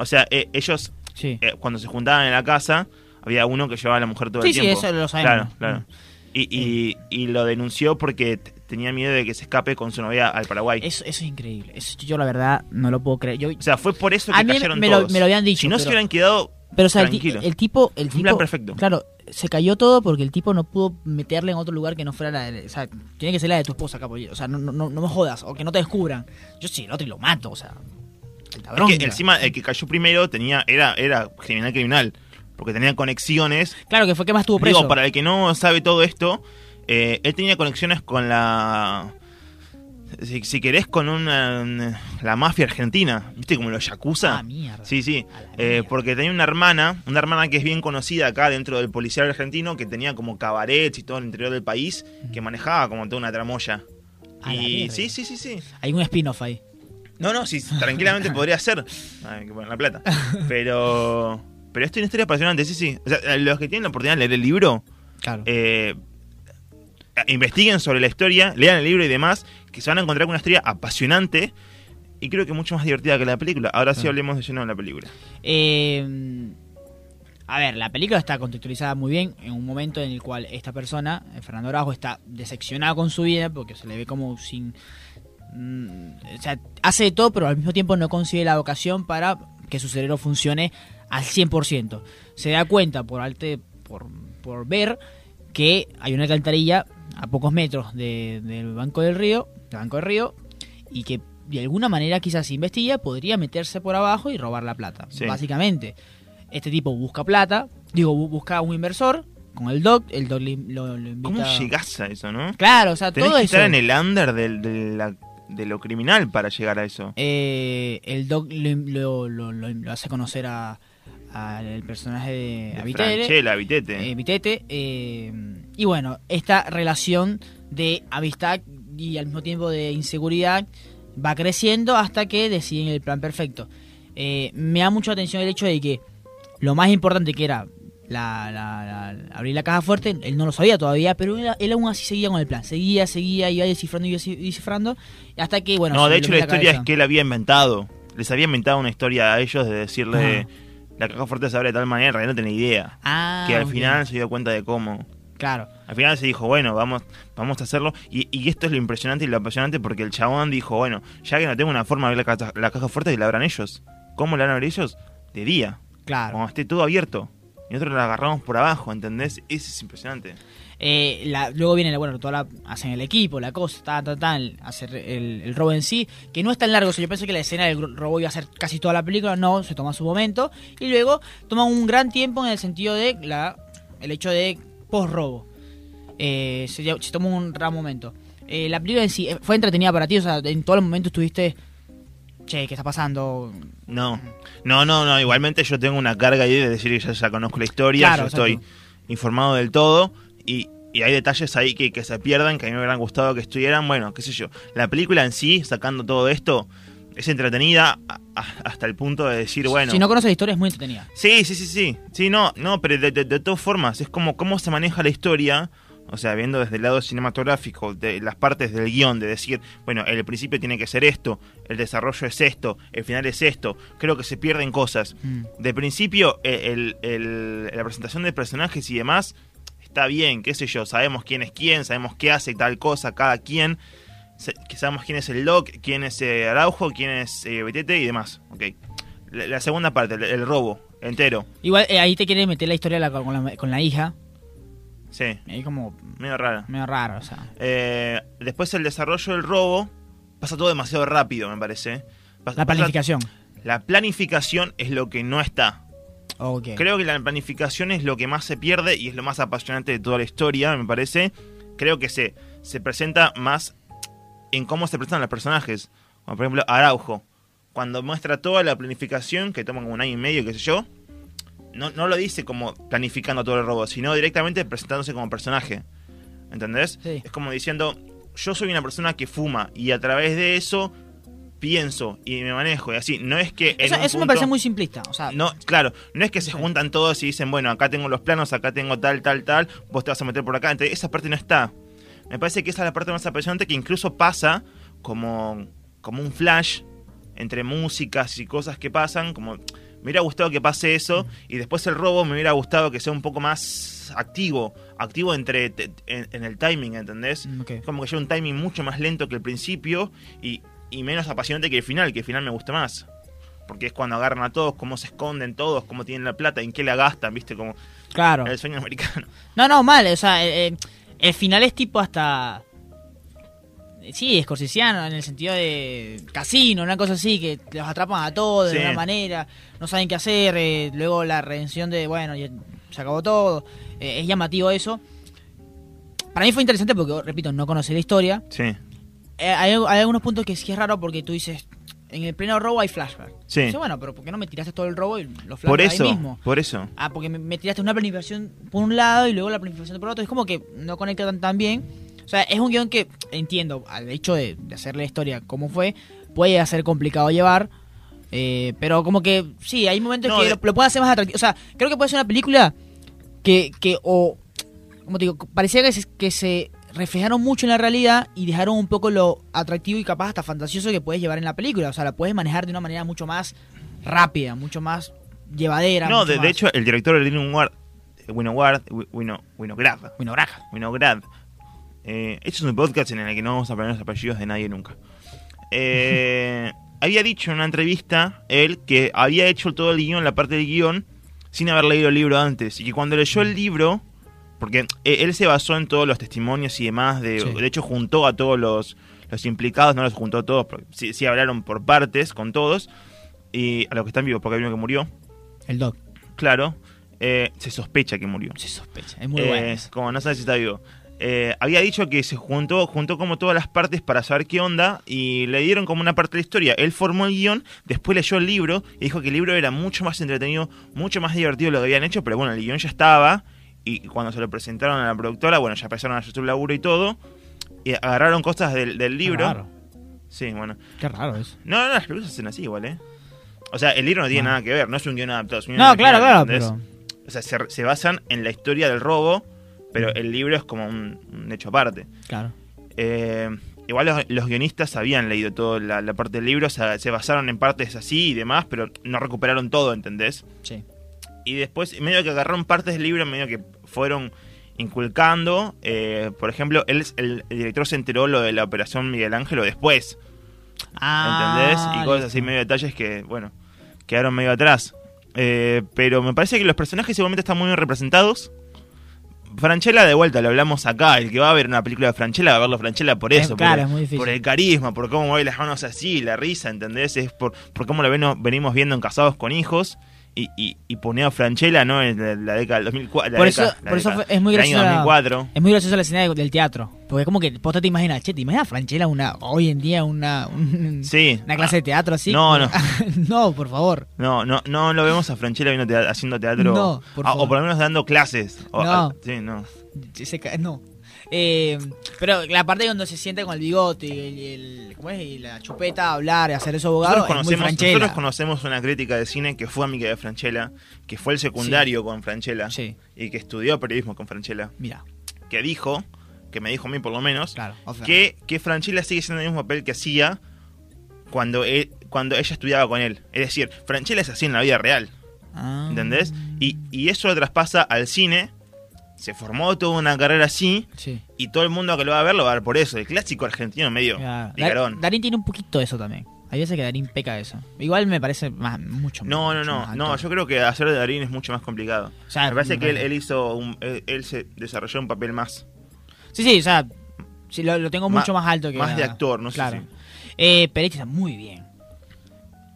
Speaker 3: O sea, eh, ellos
Speaker 2: Sí.
Speaker 3: eh, cuando se juntaban en la casa, había uno que llevaba a la mujer todo
Speaker 2: Sí,
Speaker 3: el
Speaker 2: sí,
Speaker 3: tiempo.
Speaker 2: eso lo sabemos. Mm.
Speaker 3: Claro, claro. Y, y- y lo denunció porque t- tenía miedo de que se escape con su novia al Paraguay.
Speaker 2: Eso, eso es increíble. Eso yo, la verdad, no lo puedo creer. Yo,
Speaker 3: O sea, fue por eso que
Speaker 2: a mí
Speaker 3: cayeron
Speaker 2: me lo,
Speaker 3: todos.
Speaker 2: me lo habían dicho.
Speaker 3: si no se
Speaker 2: pero-
Speaker 3: hubieran quedado,
Speaker 2: Pero, o sea, el, ti-
Speaker 3: Tranquilo.
Speaker 2: el tipo. El
Speaker 3: un
Speaker 2: tipo
Speaker 3: plan perfecto.
Speaker 2: Claro, se cayó todo porque el tipo no pudo meterle en otro lugar que no fuera la de. O sea, tiene que ser la de tu esposa, capo. O sea, no, no, no me jodas. O que no te descubran. Yo sí, el otro y lo mato. O sea, la
Speaker 3: Es que
Speaker 2: bronca.
Speaker 3: encima el que cayó primero tenía era era criminal criminal porque tenía conexiones
Speaker 2: Claro, que fue que más estuvo preso.
Speaker 3: digo para el que no sabe todo esto eh, él tenía conexiones con la si, si querés con una la mafia argentina viste como los yakuza
Speaker 2: Ah, mierda.
Speaker 3: sí sí
Speaker 2: A la
Speaker 3: Eh,
Speaker 2: mierda.
Speaker 3: porque tenía una hermana una hermana que es bien conocida acá dentro del policial argentino que tenía como cabarets y todo el interior del país que manejaba como toda una tramoya
Speaker 2: A la
Speaker 3: y
Speaker 2: mierda.
Speaker 3: sí sí sí sí
Speaker 2: Hay un spin-off ahí.
Speaker 3: no, no, sí, tranquilamente podría ser. Ay, que poner la plata. Pero. Pero esto es una historia apasionante, sí, sí. O sea, eh, los que tienen la oportunidad de leer el libro,
Speaker 2: Claro.
Speaker 3: eh, investiguen sobre la historia, lean el libro y demás, que se van a encontrar con una historia apasionante y creo que mucho más divertida que la película. Ahora sí
Speaker 2: Claro.
Speaker 3: hablemos de lleno de la película.
Speaker 2: Eh, a ver, la película está contextualizada muy bien en un momento en el cual esta persona, eh, Fernando Arajo, está decepcionado con su vida porque se le ve como sin... mm, o sea, hace de todo, pero al mismo tiempo no consigue la vocación para que su cerebro funcione al 100%. Se da cuenta por, arte, por, por ver que hay una alcantarilla a pocos metros de- del banco del río, del banco del río, y que de alguna manera quizás si investiga podría meterse por abajo y robar la plata.
Speaker 3: Sí.
Speaker 2: Básicamente, este tipo busca plata, digo, bu- busca un inversor con el doc, el doc le- lo, lo invita.
Speaker 3: ¿Cómo llegás a eso, no?
Speaker 2: Claro, o sea,
Speaker 3: Tenés
Speaker 2: todo
Speaker 3: que
Speaker 2: eso.
Speaker 3: estar en el under del- de, la- de lo criminal para llegar a eso.
Speaker 2: Eh, el doc lo, lo- lo- lo- lo hace conocer a al personaje de,
Speaker 3: De
Speaker 2: Abitere.
Speaker 3: Franchella, Vitete.
Speaker 2: eh, Vitete, eh, y bueno, esta relación de amistad y al mismo tiempo de inseguridad va creciendo hasta que deciden el plan perfecto. Eh, me da mucha atención el hecho de que lo más importante que era la- la- la- abrir la caja fuerte, él no lo sabía todavía, pero él, él aún así seguía con el plan. Seguía, seguía, iba descifrando, iba descifrando, hasta que, bueno...
Speaker 3: no,
Speaker 2: se
Speaker 3: de
Speaker 2: le
Speaker 3: hecho la
Speaker 2: ilumina
Speaker 3: historia
Speaker 2: cabeza.
Speaker 3: es que él había inventado. Les había inventado una historia a ellos de decirle
Speaker 2: Ajá.
Speaker 3: la caja fuerte se abre de tal manera, y no tenía idea.
Speaker 2: Ah,
Speaker 3: que al
Speaker 2: ok.
Speaker 3: final se dio cuenta de cómo.
Speaker 2: Claro,
Speaker 3: Al final se dijo, bueno, vamos, vamos a hacerlo. Y, y esto es lo impresionante y lo apasionante porque el chabón dijo, bueno, ya que no tengo una forma de abrir la caja, la caja fuerte, que la abran ellos. ¿Cómo la van a abrir ellos? De día,
Speaker 2: claro.
Speaker 3: cuando esté todo abierto. y nosotros la agarramos por abajo, ¿entendés? Eso es impresionante.
Speaker 2: Eh, la- luego viene, la- bueno, toda la, hacen el equipo, la cosa, ta, ta, ta, el, hacer el, el robo en sí, que no es tan largo. o sea, yo pensé que la escena del gro- robo iba a ser casi toda la película, no, se toma su momento. Y luego toma un gran tiempo en el sentido de la, el hecho de post-robo. Eh, se, lle- se toma un gran momento. Eh, la película en sí eh, fue entretenida para ti, o sea, en todo el momento estuviste, che, ¿qué está pasando?
Speaker 3: No, no, no, no. Igualmente yo tengo una carga ahí de decir que ya, ya conozco la historia,
Speaker 2: Claro,
Speaker 3: yo
Speaker 2: exacto.
Speaker 3: estoy informado del todo y, y hay detalles ahí que, que se pierdan, que a mí me hubieran gustado que estuvieran. Bueno, qué sé yo. La película en sí, sacando todo esto, es entretenida a- a- hasta el punto de decir, bueno...
Speaker 2: Si no conoces la historia es muy entretenida.
Speaker 3: Sí, sí, sí, sí. Sí, no, no, pero de, de- de todas formas, es como cómo se maneja la historia, o sea, viendo desde el lado cinematográfico, de las partes del guión, de decir, bueno, el principio tiene que ser esto, el desarrollo es esto, el final es esto, creo que se pierden cosas.
Speaker 2: Mm.
Speaker 3: De principio, eh, el- el- el- la presentación de personajes y demás está bien, qué sé yo, sabemos quién es quién, sabemos qué hace tal cosa, cada quien, se- que sabemos quién es el Doc, quién es eh, Araujo, quién es eh, Betete y demás, ok. La, la segunda parte, el, el robo entero,
Speaker 2: Igual eh, ahí te quiere meter la historia de la- con, la, con la hija,
Speaker 3: sí,
Speaker 2: ahí como
Speaker 3: medio rara.
Speaker 2: medio raro, o sea.
Speaker 3: Eh, después el desarrollo del robo, pasa todo demasiado rápido, me parece. Pas-
Speaker 2: La
Speaker 3: pasa-
Speaker 2: planificación.
Speaker 3: la planificación es lo que no está.
Speaker 2: Ok.
Speaker 3: Creo que la planificación es lo que más se pierde y es lo más apasionante de toda la historia, me parece. Creo que se, se presenta más en cómo se presentan los personajes. Como por ejemplo Araujo. Cuando muestra toda la planificación, que toma como un año y medio, qué sé yo, no, no lo dice como planificando todo el robo, sino directamente presentándose como personaje. ¿Entendés?
Speaker 2: Sí.
Speaker 3: Es como diciendo, yo soy una persona que fuma y a través de eso pienso y me manejo y así. No es que... en
Speaker 2: Eso,
Speaker 3: un
Speaker 2: eso me
Speaker 3: punto-
Speaker 2: parece muy simplista. O sea,
Speaker 3: no, claro, no es que se
Speaker 2: Sí.
Speaker 3: juntan todos y dicen, bueno, acá tengo los planos, acá tengo tal, tal, tal, vos te vas a meter por acá. Entonces, esa parte no está. Me parece que esa es la parte más apasionante que incluso pasa como, como un flash entre músicas y cosas que pasan. Como me hubiera gustado que pase eso y después el robo me hubiera gustado que sea un poco más activo, activo entre te- en, en el timing, ¿entendés?
Speaker 2: mm, ok.
Speaker 3: Es como que lleva un timing mucho más lento que el principio y, y menos apasionante que el final, que el final me gusta más. Porque es cuando agarran a todos, cómo se esconden todos, cómo tienen la plata, en qué la gastan, ¿viste? Como
Speaker 2: Claro.
Speaker 3: el sueño americano.
Speaker 2: No, no, mal. O sea, eh, eh, el final es tipo hasta. Sí, escorciciano, en el sentido de casino, una cosa así, que los atrapan a todos de
Speaker 3: Sí.
Speaker 2: una manera, no saben qué hacer, eh, luego la redención de, bueno, ya- se acabó todo, eh, es llamativo eso. Para mí fue interesante porque, repito, no conocí la historia,
Speaker 3: Sí,
Speaker 2: Eh, hay, hay algunos puntos que sí es raro porque tú dices, en el pleno robo hay flashback.
Speaker 3: Sí.
Speaker 2: Dices, bueno, pero ¿por qué no me tiraste todo el robo y los
Speaker 3: por
Speaker 2: flashbacks ahí
Speaker 3: eso,
Speaker 2: mismo?
Speaker 3: por eso.
Speaker 2: Ah, porque me, me tiraste una planificación por un lado y luego la planificación por otro. Es como que no conecta tan, tan bien. O sea, es un guión que entiendo, al hecho de, de hacer la historia como fue, puede ser complicado llevar. eh, pero como que sí, hay momentos
Speaker 3: No,
Speaker 2: que
Speaker 3: de-
Speaker 2: lo, lo puede hacer más atractivo. O sea, creo que puede ser una película que, que o como te digo, parecía que se, que se reflejaron mucho en la realidad y dejaron un poco lo atractivo y capaz hasta fantasioso que puedes llevar en la película. O sea, la puedes manejar de una manera mucho más rápida, mucho más llevadera.
Speaker 3: No,
Speaker 2: mucho
Speaker 3: de, de
Speaker 2: más-
Speaker 3: hecho, el director de eh, Winograd, Winograd, Wi- Wino- Winograd,
Speaker 2: Winograja.
Speaker 3: Winograd. Eh, este es un podcast en el que no vamos a poner los apellidos de nadie nunca. Eh, había dicho en una entrevista él que había hecho todo el guión, la parte del guión, sin haber leído el libro antes. Y que cuando leyó el libro, porque eh, él se basó en todos los testimonios y demás, de,
Speaker 2: Sí.
Speaker 3: de hecho juntó a todos los, los implicados, no los juntó a todos, porque sí, sí hablaron por partes con todos, y a los que están vivos, porque hay uno que murió,
Speaker 2: El Doc.
Speaker 3: claro, eh, se sospecha que murió.
Speaker 2: Se sospecha. Es muy
Speaker 3: Eh,
Speaker 2: bueno. eso.
Speaker 3: Como no sabe si está vivo. Eh, había dicho que se juntó, juntó como todas las partes para saber qué onda y le dieron como una parte de la historia. Él formó el guión, después leyó el libro y dijo que el libro era mucho más entretenido, mucho más divertido de lo que habían hecho, pero bueno, el guión ya estaba y cuando se lo presentaron a la productora, bueno, ya empezaron a hacer su laburo y todo y agarraron cosas del, del libro.
Speaker 2: Qué raro.
Speaker 3: Sí, bueno.
Speaker 2: Qué raro eso.
Speaker 3: No, no, las películas se hacen así igual, ¿eh? O sea, el libro no tiene
Speaker 2: Bueno.
Speaker 3: nada que ver, no es un guión adaptado. es un guión
Speaker 2: No, claro,
Speaker 3: original,
Speaker 2: claro,
Speaker 3: Eh, ¿entendés?
Speaker 2: pero.
Speaker 3: O sea, se, se basan en la historia del robo, pero el libro es como un, un hecho aparte.
Speaker 2: Claro.
Speaker 3: Eh, igual los, los guionistas habían leído toda la, la parte del libro, o sea, se basaron en partes así y demás, pero no recuperaron todo, ¿entendés?
Speaker 2: Sí.
Speaker 3: Y después, medio que agarraron partes del libro, medio que fueron inculcando. eh, por ejemplo, él, el, el director se enteró lo de la operación Miguel Ángel o después. ¿Entendés?
Speaker 2: Ah,
Speaker 3: y cosas
Speaker 2: listo.
Speaker 3: así, medio detalles que, bueno, quedaron medio atrás. Eh, pero me parece que los personajes igualmente están muy bien representados. Franchella, de vuelta, lo hablamos acá. El que va a ver una película de Franchella va a verlo a Franchella por
Speaker 2: Es
Speaker 3: eso.
Speaker 2: claro,
Speaker 3: por,
Speaker 2: es muy difícil.
Speaker 3: por el carisma, por cómo mueve las manos así, la risa, ¿entendés? Es por, por cómo lo veno- venimos viendo en Casados con Hijos. Y, y, y ponía a Franchella, ¿no? En la, la década del 2004. la
Speaker 2: Por eso-
Speaker 3: década- la
Speaker 2: por eso
Speaker 3: década
Speaker 2: fue- es muy
Speaker 3: del año
Speaker 2: graciosa la-
Speaker 3: 2004.
Speaker 2: Es muy graciosa la escena de- del teatro. Porque como que posta te imaginas, che, te imaginas Franchella una, hoy en día una, un-
Speaker 3: Sí.
Speaker 2: una clase de teatro así.
Speaker 3: No, no.
Speaker 2: no, por favor.
Speaker 3: No, no, no lo vemos a Franchella viendo tea- haciendo teatro.
Speaker 2: No, por
Speaker 3: Ah,
Speaker 2: favor.
Speaker 3: o por lo menos dando clases. O-
Speaker 2: No.
Speaker 3: ah, sí, no.
Speaker 2: Se ca- no. Eh, pero la parte donde se sienta con el bigote y, el, y el- ¿cómo es? Y la chupeta a hablar, a hacer eso abogado,
Speaker 3: Nosotros
Speaker 2: es muy
Speaker 3: conocemos,
Speaker 2: Franchella.
Speaker 3: nosotros conocemos una crítica de cine que fue amiga de Franchella, que fue el secundario con Franchella
Speaker 2: Sí.
Speaker 3: y que estudió periodismo con Franchella,
Speaker 2: Mira,
Speaker 3: que dijo, que me dijo a mí por lo menos,
Speaker 2: claro. oferta.
Speaker 3: que, que Franchella sigue siendo el mismo papel que hacía cuando, él- cuando ella estudiaba con él. Es decir, Franchella es así en la vida real.
Speaker 2: Ah.
Speaker 3: ¿Entendés? Y, y eso lo traspasa al cine. Se formó toda una carrera así.
Speaker 2: Sí.
Speaker 3: Y todo el mundo que lo va a ver lo va a ver por eso. El clásico argentino medio.
Speaker 2: Claro. Dar-
Speaker 3: picarón.
Speaker 2: Darín tiene un poquito de eso también. Hay veces que Darín peca de eso. Igual me parece más, mucho
Speaker 3: No, no,
Speaker 2: mucho Mm,
Speaker 3: no.
Speaker 2: más
Speaker 3: No,
Speaker 2: actor.
Speaker 3: yo creo que hacer de Darín es mucho más complicado.
Speaker 2: O sea,
Speaker 3: Me parece que él,
Speaker 2: parece.
Speaker 3: él hizo. un- él, él se desarrolló un papel más.
Speaker 2: Sí, sí, o sea, sí, lo, lo tengo
Speaker 3: Ma-
Speaker 2: mucho más alto que.
Speaker 3: más de
Speaker 2: la-
Speaker 3: actor, no sé
Speaker 2: Claro. Eh, Peretti está muy bien.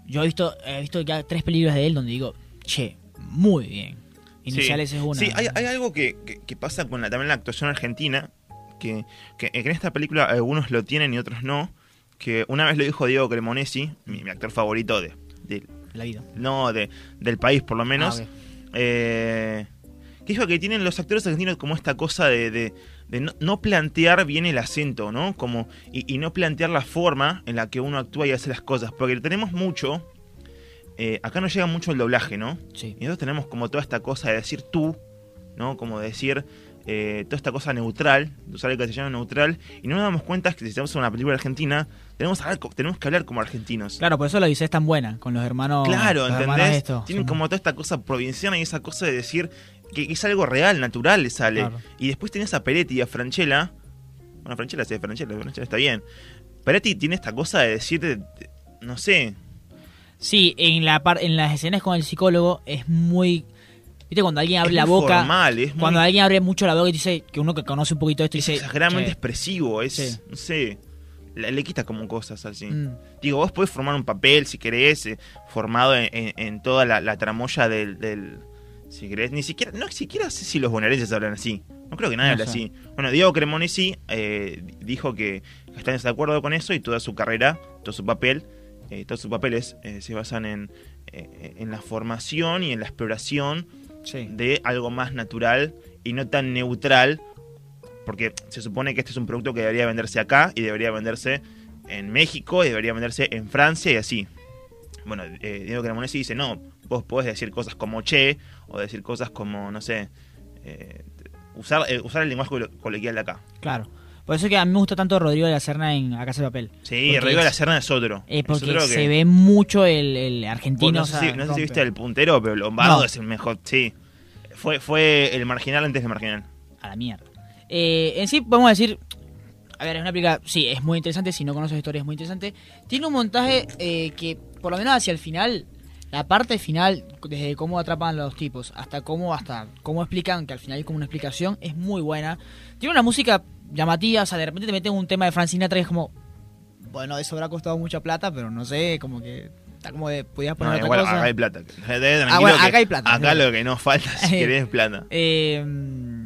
Speaker 2: Yo he visto, he visto ya tres películas de él donde digo, che, muy bien. Iniciales
Speaker 3: Sí.
Speaker 2: es una.
Speaker 3: Sí, hay, hay algo que, que- que pasa con la, también la actuación argentina. Que, que en esta película algunos lo tienen y otros no. Que una vez lo dijo Diego Cremonesi, mi, mi actor favorito de, de-
Speaker 2: La vida.
Speaker 3: no de, del país por lo menos.
Speaker 2: Ah, ok.
Speaker 3: Eh, que dijo que tienen los actores argentinos como esta cosa de, de- de no, no plantear bien el acento, ¿no? Como, y, y no plantear la forma en la que uno actúa y hace las cosas. Porque tenemos mucho. eh, acá no llega mucho el doblaje, ¿no?
Speaker 2: Sí.
Speaker 3: Y nosotros tenemos como toda esta cosa de decir tú, ¿no? Como de decir eh, toda esta cosa neutral, de usar el castellano neutral. Y no nos damos cuenta que si estamos en una película argentina, tenemos, que hablar co- tenemos que hablar como argentinos.
Speaker 2: Claro, por eso la dice es tan buena con los hermanos.
Speaker 3: Claro,
Speaker 2: los hermanos
Speaker 3: ¿entendés?
Speaker 2: estos.
Speaker 3: Tienen
Speaker 2: Sí.
Speaker 3: como toda esta cosa provinciana y esa cosa de decir que es algo real, natural, le sale.
Speaker 2: Claro.
Speaker 3: Y después tenés a Peretti y a Franchella. Bueno, Franchella sí, Franchella, Franchella está bien. Peretti tiene esta cosa de decirte, no sé,
Speaker 2: Sí, en, la par- en las escenas con el psicólogo es muy. ¿Viste cuando alguien abre
Speaker 3: es
Speaker 2: la
Speaker 3: muy
Speaker 2: boca?
Speaker 3: formal, es muy-
Speaker 2: Cuando alguien abre mucho la boca y dice que uno que conoce un poquito esto y
Speaker 3: es
Speaker 2: dice.
Speaker 3: exageradamente
Speaker 2: "Che,
Speaker 3: expresivo, es,
Speaker 2: Sí.
Speaker 3: no sé, le, le quita como cosas así.
Speaker 2: mm".
Speaker 3: Digo, vos podés formar un papel, si querés, eh, formado en, en- en toda la, la tramoya del, del- Si querés, ni siquiera... No, siquiera sé si los bonaerenses hablan así. No creo que nadie
Speaker 2: No
Speaker 3: habla
Speaker 2: sé.
Speaker 3: así. Bueno, Diego Cremonesi eh, dijo que está en desacuerdo con eso y toda su carrera, todo su papel, eh, todos sus papeles eh, se basan en, eh, en la formación y en la exploración
Speaker 2: Sí.
Speaker 3: de algo más natural y no tan neutral, porque se supone que este es un producto que debería venderse acá y debería venderse en México y debería venderse en Francia y así. Bueno, eh, Diego Cremonesi dice, no, vos podés decir cosas como che o decir cosas como, no sé, eh, usar, eh, usar el lenguaje colo- coloquial de acá.
Speaker 2: Claro. Por eso que a mí me gusta tanto Rodrigo de la Serna en A Casa de Papel.
Speaker 3: Sí,
Speaker 2: Porque
Speaker 3: arriba de la
Speaker 2: es-
Speaker 3: Serna es otro.
Speaker 2: Eh,
Speaker 3: Es
Speaker 2: porque
Speaker 3: otro que-
Speaker 2: se ve mucho el, el
Speaker 3: vos
Speaker 2: argentino.
Speaker 3: no,
Speaker 2: o
Speaker 3: sé,
Speaker 2: sea,
Speaker 3: si, no sé si
Speaker 2: rompe.
Speaker 3: viste el puntero, pero Lombardo
Speaker 2: No.
Speaker 3: es el mejor, sí. Fue, fue el marginal antes del marginal.
Speaker 2: A la mierda. Eh, en sí, podemos decir. A ver, es una película. Sí, es muy interesante. Si no conoces la historia, es muy interesante. Tiene un montaje eh, que, por lo menos hacia el final. La parte final, desde cómo atrapan a los tipos hasta cómo, hasta cómo explican, que al final hay como una explicación, es muy buena. Tiene una música llamativa, o sea, de repente te meten un tema de Francina y es como, bueno, eso habrá costado mucha plata, pero no sé, como que está como de, podías
Speaker 3: No,
Speaker 2: poner otra
Speaker 3: igual,
Speaker 2: cosa.
Speaker 3: acá hay plata.
Speaker 2: Ah, bueno, acá hay plata.
Speaker 3: Acá lo que no falta si querés es plata.
Speaker 2: Eh,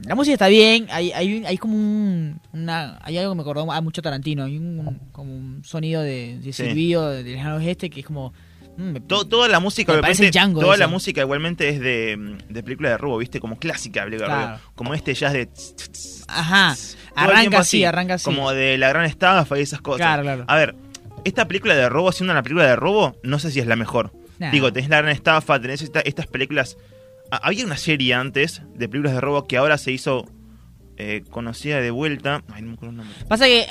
Speaker 2: la música está bien, hay, hay, un- hay como un, una, hay algo que me acordó a mucho Tarantino, hay un, como un sonido de, de
Speaker 3: Sí.
Speaker 2: silbido de, de lejano este que es como... mm, me-
Speaker 3: To- toda la música
Speaker 2: Me parece
Speaker 3: igualmente,
Speaker 2: Django
Speaker 3: toda
Speaker 2: eso.
Speaker 3: la música igualmente es de, mm, de película de Rubo, ¿viste? Como clásica de película de
Speaker 2: Claro.
Speaker 3: Rubo. Como este jazz de tss, tss, tss,
Speaker 2: Ajá,
Speaker 3: tss. Todo el tiempo
Speaker 2: arranca así, arranca así.
Speaker 3: Como de La Gran Estafa y esas cosas.
Speaker 2: Claro, claro.
Speaker 3: A ver, esta película de Robo, siendo una película de Robo, no sé si es la mejor.
Speaker 2: Nah.
Speaker 3: Digo, tenés La Gran Estafa, tenés esta- estas películas... Ah, había una serie antes de películas de Robo que ahora se hizo eh, conocida de vuelta. Ay, no me acuerdo el nombre.
Speaker 2: Pasa que eh,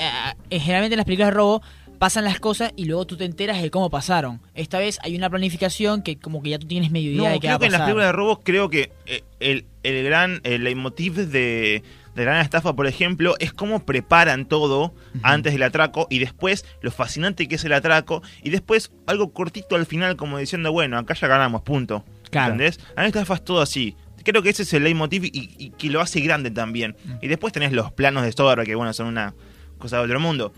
Speaker 2: eh, generalmente en las películas de robo pasan las cosas y luego tú te enteras de cómo pasaron. Esta vez hay una planificación que como que ya tú tienes medio idea
Speaker 3: No,
Speaker 2: de qué va
Speaker 3: creo
Speaker 2: a
Speaker 3: que en las
Speaker 2: pasar.
Speaker 3: películas de robos creo que eh, el, el gran el leitmotiv de, de Gran Estafa, por ejemplo, es cómo preparan todo antes del atraco y después lo fascinante que es el atraco y después algo cortito al final como diciendo, bueno, acá ya ganamos, punto.
Speaker 2: Claro.
Speaker 3: ¿Entendés? A mí estafas todo así. Creo que ese es el leitmotiv y, y que lo hace grande también.
Speaker 2: Mm.
Speaker 3: Y después tenés los planos de Stoddard, que bueno, son una cosa de otro mundo.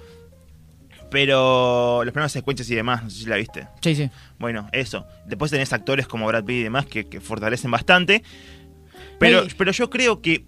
Speaker 3: Pero los planos de secuencias y demás, no sé si la viste.
Speaker 2: Sí, sí.
Speaker 3: Bueno, eso. Después tenés actores como Brad Pitt y demás que, que fortalecen bastante. Pero,
Speaker 2: Ey.
Speaker 3: pero yo creo que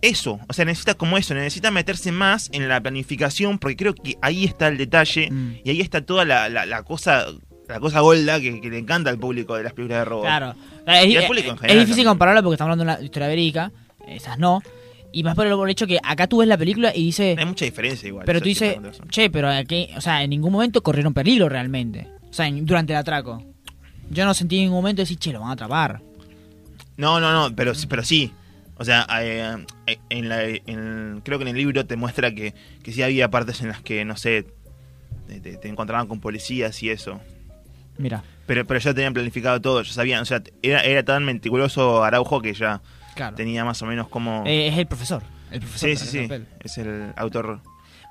Speaker 3: eso, o sea, necesita como eso, necesita meterse más en la planificación, porque creo que ahí está el detalle
Speaker 2: Mm.
Speaker 3: y ahí está toda la, la- la cosa la cosa golda que, que le encanta al público de las películas de robo.
Speaker 2: Claro. Es,
Speaker 3: Y al
Speaker 2: es-
Speaker 3: público en
Speaker 2: es
Speaker 3: general
Speaker 2: difícil
Speaker 3: también.
Speaker 2: compararlo porque estamos hablando de una historia verídica, esas no. Y más por el por el hecho que acá tú ves la película y dices,
Speaker 3: Hay mucha diferencia igual.
Speaker 2: pero
Speaker 3: eso
Speaker 2: tú
Speaker 3: sí,
Speaker 2: dices,
Speaker 3: con eso.
Speaker 2: che, pero aquí, o sea, en ningún momento corrieron peligro realmente. O sea, en- durante el atraco. Yo no sentí en ningún momento decir, che, lo van a atrapar.
Speaker 3: No, no, no, pero, pero sí. O sea, eh, eh, en la, en- creo que en el libro te muestra que, que sí había partes en las que, no sé, te, te- te encontraban con policías y eso.
Speaker 2: Mira,
Speaker 3: Pero, pero ya tenían planificado todo, ya sabían. O sea, era, era tan meticuloso Araujo que ya
Speaker 2: claro.
Speaker 3: tenía más o menos como...
Speaker 2: Eh, es el profesor. El profesor
Speaker 3: sí,
Speaker 2: para
Speaker 3: sí,
Speaker 2: el
Speaker 3: sí.
Speaker 2: papel.
Speaker 3: Es el autor.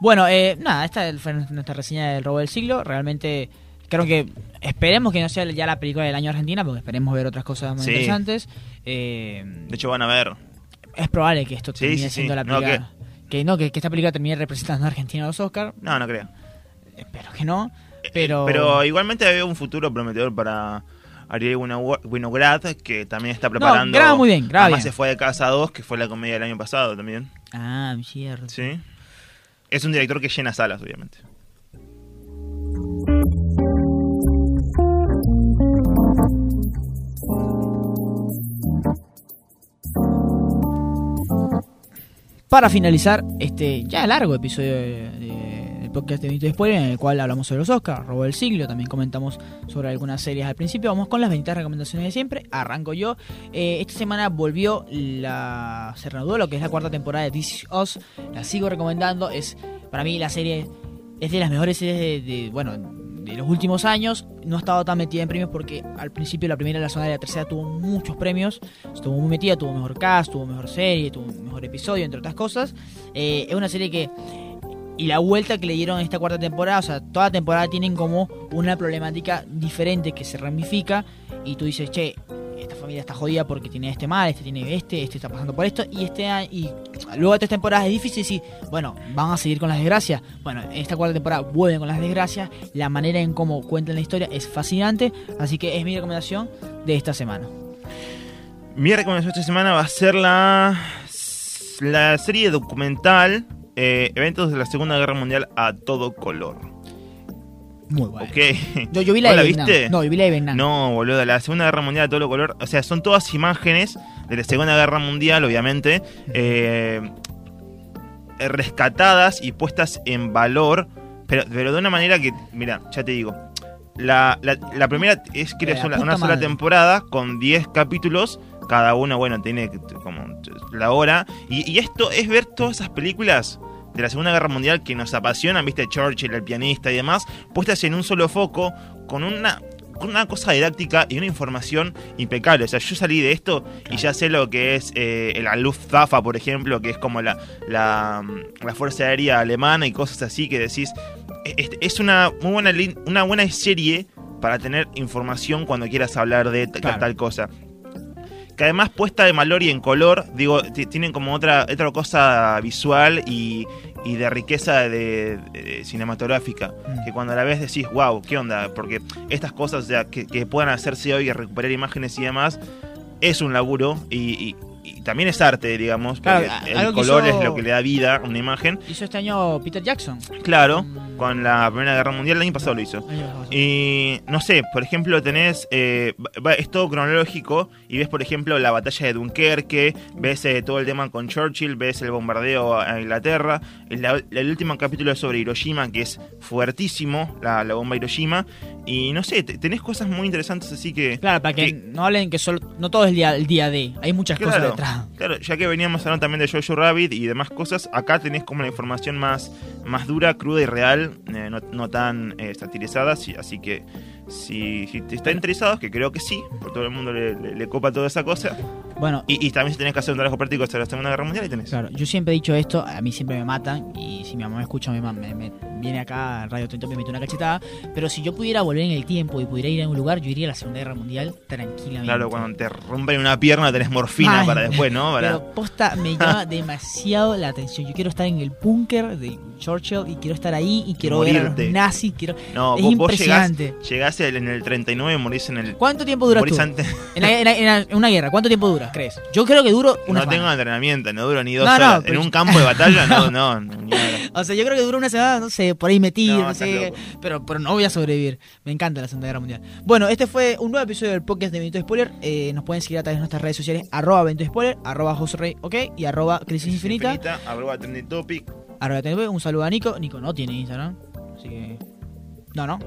Speaker 2: Bueno, eh, nada, esta fue nuestra reseña del robo del siglo. Realmente creo que esperemos que no sea ya la película del año argentina, porque esperemos ver otras cosas más
Speaker 3: Sí.
Speaker 2: interesantes. Eh,
Speaker 3: De hecho, van a ver.
Speaker 2: es probable que esto
Speaker 3: Sí,
Speaker 2: termine
Speaker 3: sí, sí.
Speaker 2: siendo la
Speaker 3: No,
Speaker 2: película... que no, que, que esta película termine representando a Argentina a los Oscars.
Speaker 3: No, no creo.
Speaker 2: Espero que no.
Speaker 3: Eh,
Speaker 2: Pero,
Speaker 3: Pero igualmente veo un futuro prometedor para Ariel Winow- Winograd, que también está preparando.
Speaker 2: graba muy bien, graba
Speaker 3: Además,
Speaker 2: bien.
Speaker 3: se fue de Casa 2, que fue la comedia del año pasado también.
Speaker 2: Ah, cierto.
Speaker 3: Sí. Es un director que llena salas, obviamente.
Speaker 2: Para finalizar este ya largo episodio de- de- del podcast de Benito Spoiler, en el cual hablamos sobre los Oscars, Robo del Siglo, también comentamos sobre algunas series al principio. Vamos con las 20 recomendaciones de siempre. Arranco yo. Eh, esta semana volvió la. Se reanudó lo que es la cuarta temporada de This Is Us. La sigo recomendando. Es para mí la serie. Es de las mejores series de. de- bueno, de los últimos años. No ha estado tan metida en premios porque al principio la primera, la segunda y la tercera tuvo muchos premios estuvo muy metida, tuvo mejor cast, tuvo mejor serie, tuvo mejor episodio, entre otras cosas. Eh, es una serie que. Y la vuelta que le dieron a esta cuarta temporada, o sea, toda temporada tienen como una problemática diferente que se ramifica. Y tú dices, che, esta familia está jodida porque tiene este mal, este tiene este, este está pasando por esto. Y este a- y luego de tres temporadas es difícil decir, bueno, van a seguir con las desgracias. Bueno, en esta cuarta temporada vuelven con las desgracias. La manera en cómo cuentan la historia es fascinante. Así que es mi recomendación de esta semana.
Speaker 3: Mi recomendación esta semana va a ser la, la serie documental eh, Eventos de la Segunda Guerra Mundial a todo color.
Speaker 2: Muy bueno.
Speaker 3: Ok.
Speaker 2: Yo, yo vi la
Speaker 3: ¿No
Speaker 2: de
Speaker 3: la
Speaker 2: Vietnam.
Speaker 3: viste?
Speaker 2: No, yo vi la de Vietnam.
Speaker 3: No, boludo, la Segunda Guerra Mundial a todo color. O sea, son todas imágenes de la Segunda Guerra Mundial, obviamente, eh, rescatadas y puestas en valor, pero, pero de una manera que, mira, ya te digo. La, la- la primera es que
Speaker 2: La
Speaker 3: era sola-
Speaker 2: puta
Speaker 3: una sola
Speaker 2: madre.
Speaker 3: temporada con 10 capítulos. Cada uno, bueno, tiene como la hora. Y, y esto es ver todas esas películas de la Segunda Guerra Mundial que nos apasionan, viste, Churchill, el pianista y demás, puestas en un solo foco, con una, con una cosa didáctica y una información impecable. O sea, yo salí de esto y ya sé lo que es eh, la Luftwaffe, por ejemplo, que es como la, la, la Fuerza Aérea Alemana y cosas así que decís. Es, es una muy buena, lin- una buena serie para tener información cuando quieras hablar de ta-
Speaker 2: Claro.
Speaker 3: tal cosa que además puesta de valor y en color, digo, ti- tienen como otra, otra cosa visual y, y de riqueza de, de cinematográfica.
Speaker 2: Mm.
Speaker 3: Que cuando la ves decís, wow, ¿qué onda? Porque estas cosas o sea, que, que puedan hacerse hoy, recuperar imágenes y demás, es un laburo y, y- y también es arte, digamos.
Speaker 2: Claro,
Speaker 3: Porque
Speaker 2: a-
Speaker 3: el
Speaker 2: algo que
Speaker 3: color
Speaker 2: hizo-
Speaker 3: es lo que le da vida a una imagen.
Speaker 2: Hizo este año Peter Jackson.
Speaker 3: Claro,
Speaker 2: Mm.
Speaker 3: con la Primera Guerra Mundial, el año pasado lo hizo.
Speaker 2: Ahí lo dejamos.
Speaker 3: Y no sé, por ejemplo, tenés. eh, va- es todo cronológico y ves, por ejemplo, la batalla de Dunkerque, ves eh, todo el tema con Churchill, ves el bombardeo a Inglaterra. El, la- el último capítulo es sobre Hiroshima, que es fuertísimo, la, la bomba Hiroshima. Y no sé, te- tenés cosas muy interesantes, así que.
Speaker 2: Claro, para que
Speaker 3: que-
Speaker 2: no hablen que solo, no todo es el día, el día de. Hay muchas cosas detrás.
Speaker 3: claro, ya que veníamos hablando también de Jojo Rabbit y demás cosas, acá tenés como la información más, más dura, cruda y real, eh, no, no tan eh, satirizada, si- así que si, si te está interesado, que creo que sí, por todo el mundo le, le- le copa toda esa cosa,
Speaker 2: Bueno,
Speaker 3: Y, y también si tenés que hacer un trabajo práctico hasta la Segunda Guerra Mundial, ahí tenés.
Speaker 2: Claro, yo siempre he dicho esto, a mí siempre me matan y si mi mamá me escucha, mi mamá me, me viene acá a Radio Trento me mete una cachetada, pero si yo pudiera volver en el tiempo y pudiera ir a un lugar, yo iría a la Segunda Guerra Mundial tranquilamente.
Speaker 3: Claro, cuando te rompen una pierna tenés morfina
Speaker 2: Ay.
Speaker 3: para después, ¿no? Para-
Speaker 2: Pero posta me llama demasiado la atención. Yo quiero estar en el búnker de Churchill y quiero estar ahí y quiero ver a
Speaker 3: Morirte.
Speaker 2: los nazis, quiero
Speaker 3: no,
Speaker 2: es
Speaker 3: vos, vos llegás,
Speaker 2: impresionante.
Speaker 3: llegás el- en el 39 y morís en el...
Speaker 2: ¿Cuánto tiempo duras
Speaker 3: morís
Speaker 2: tú?
Speaker 3: antes-
Speaker 2: En, la- en la- en la- en una guerra, ¿cuánto tiempo duras, crees? Yo creo que duro una
Speaker 3: No
Speaker 2: semana.
Speaker 3: tengo entrenamiento, no duro ni dos
Speaker 2: No, no,
Speaker 3: horas. en
Speaker 2: pero-
Speaker 3: un campo de batalla, no, no. ni nada.
Speaker 2: O sea, yo creo que dura una semana, no sé, por ahí metido,
Speaker 3: No,
Speaker 2: no,
Speaker 3: estás
Speaker 2: sé.
Speaker 3: loco.
Speaker 2: Pero, pero no voy a sobrevivir. Me encanta la Segunda Guerra Mundial. Bueno, este fue un nuevo episodio del podcast de Benito Spoiler. Eh, nos pueden seguir a través de nuestras redes sociales, arroba Benito Spoiler, arroba José Rey, ok, y arroba Crisis Infinita.
Speaker 3: arroba trending topic.
Speaker 2: Arroba TNP. Un saludo a Nico. Nico no tiene Instagram, así que... No, no.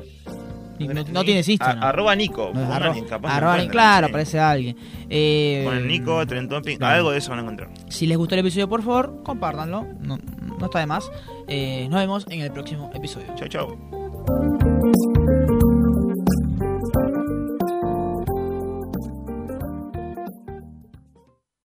Speaker 2: Ni- No, no tienes Instagram.
Speaker 3: A- arroba Nico.
Speaker 2: No,
Speaker 3: pongan
Speaker 2: arroba-
Speaker 3: alguien, capaz
Speaker 2: arroba-
Speaker 3: lo encuentran,
Speaker 2: claro,
Speaker 3: sí.
Speaker 2: aparece alguien. Eh,
Speaker 3: Ponen Nico, trending topic,
Speaker 2: claro.
Speaker 3: algo de eso van a encontrar.
Speaker 2: Si les gustó el episodio, por favor, compártanlo. No, no está de más. Eh, nos vemos en el próximo episodio.
Speaker 3: Chau, chau.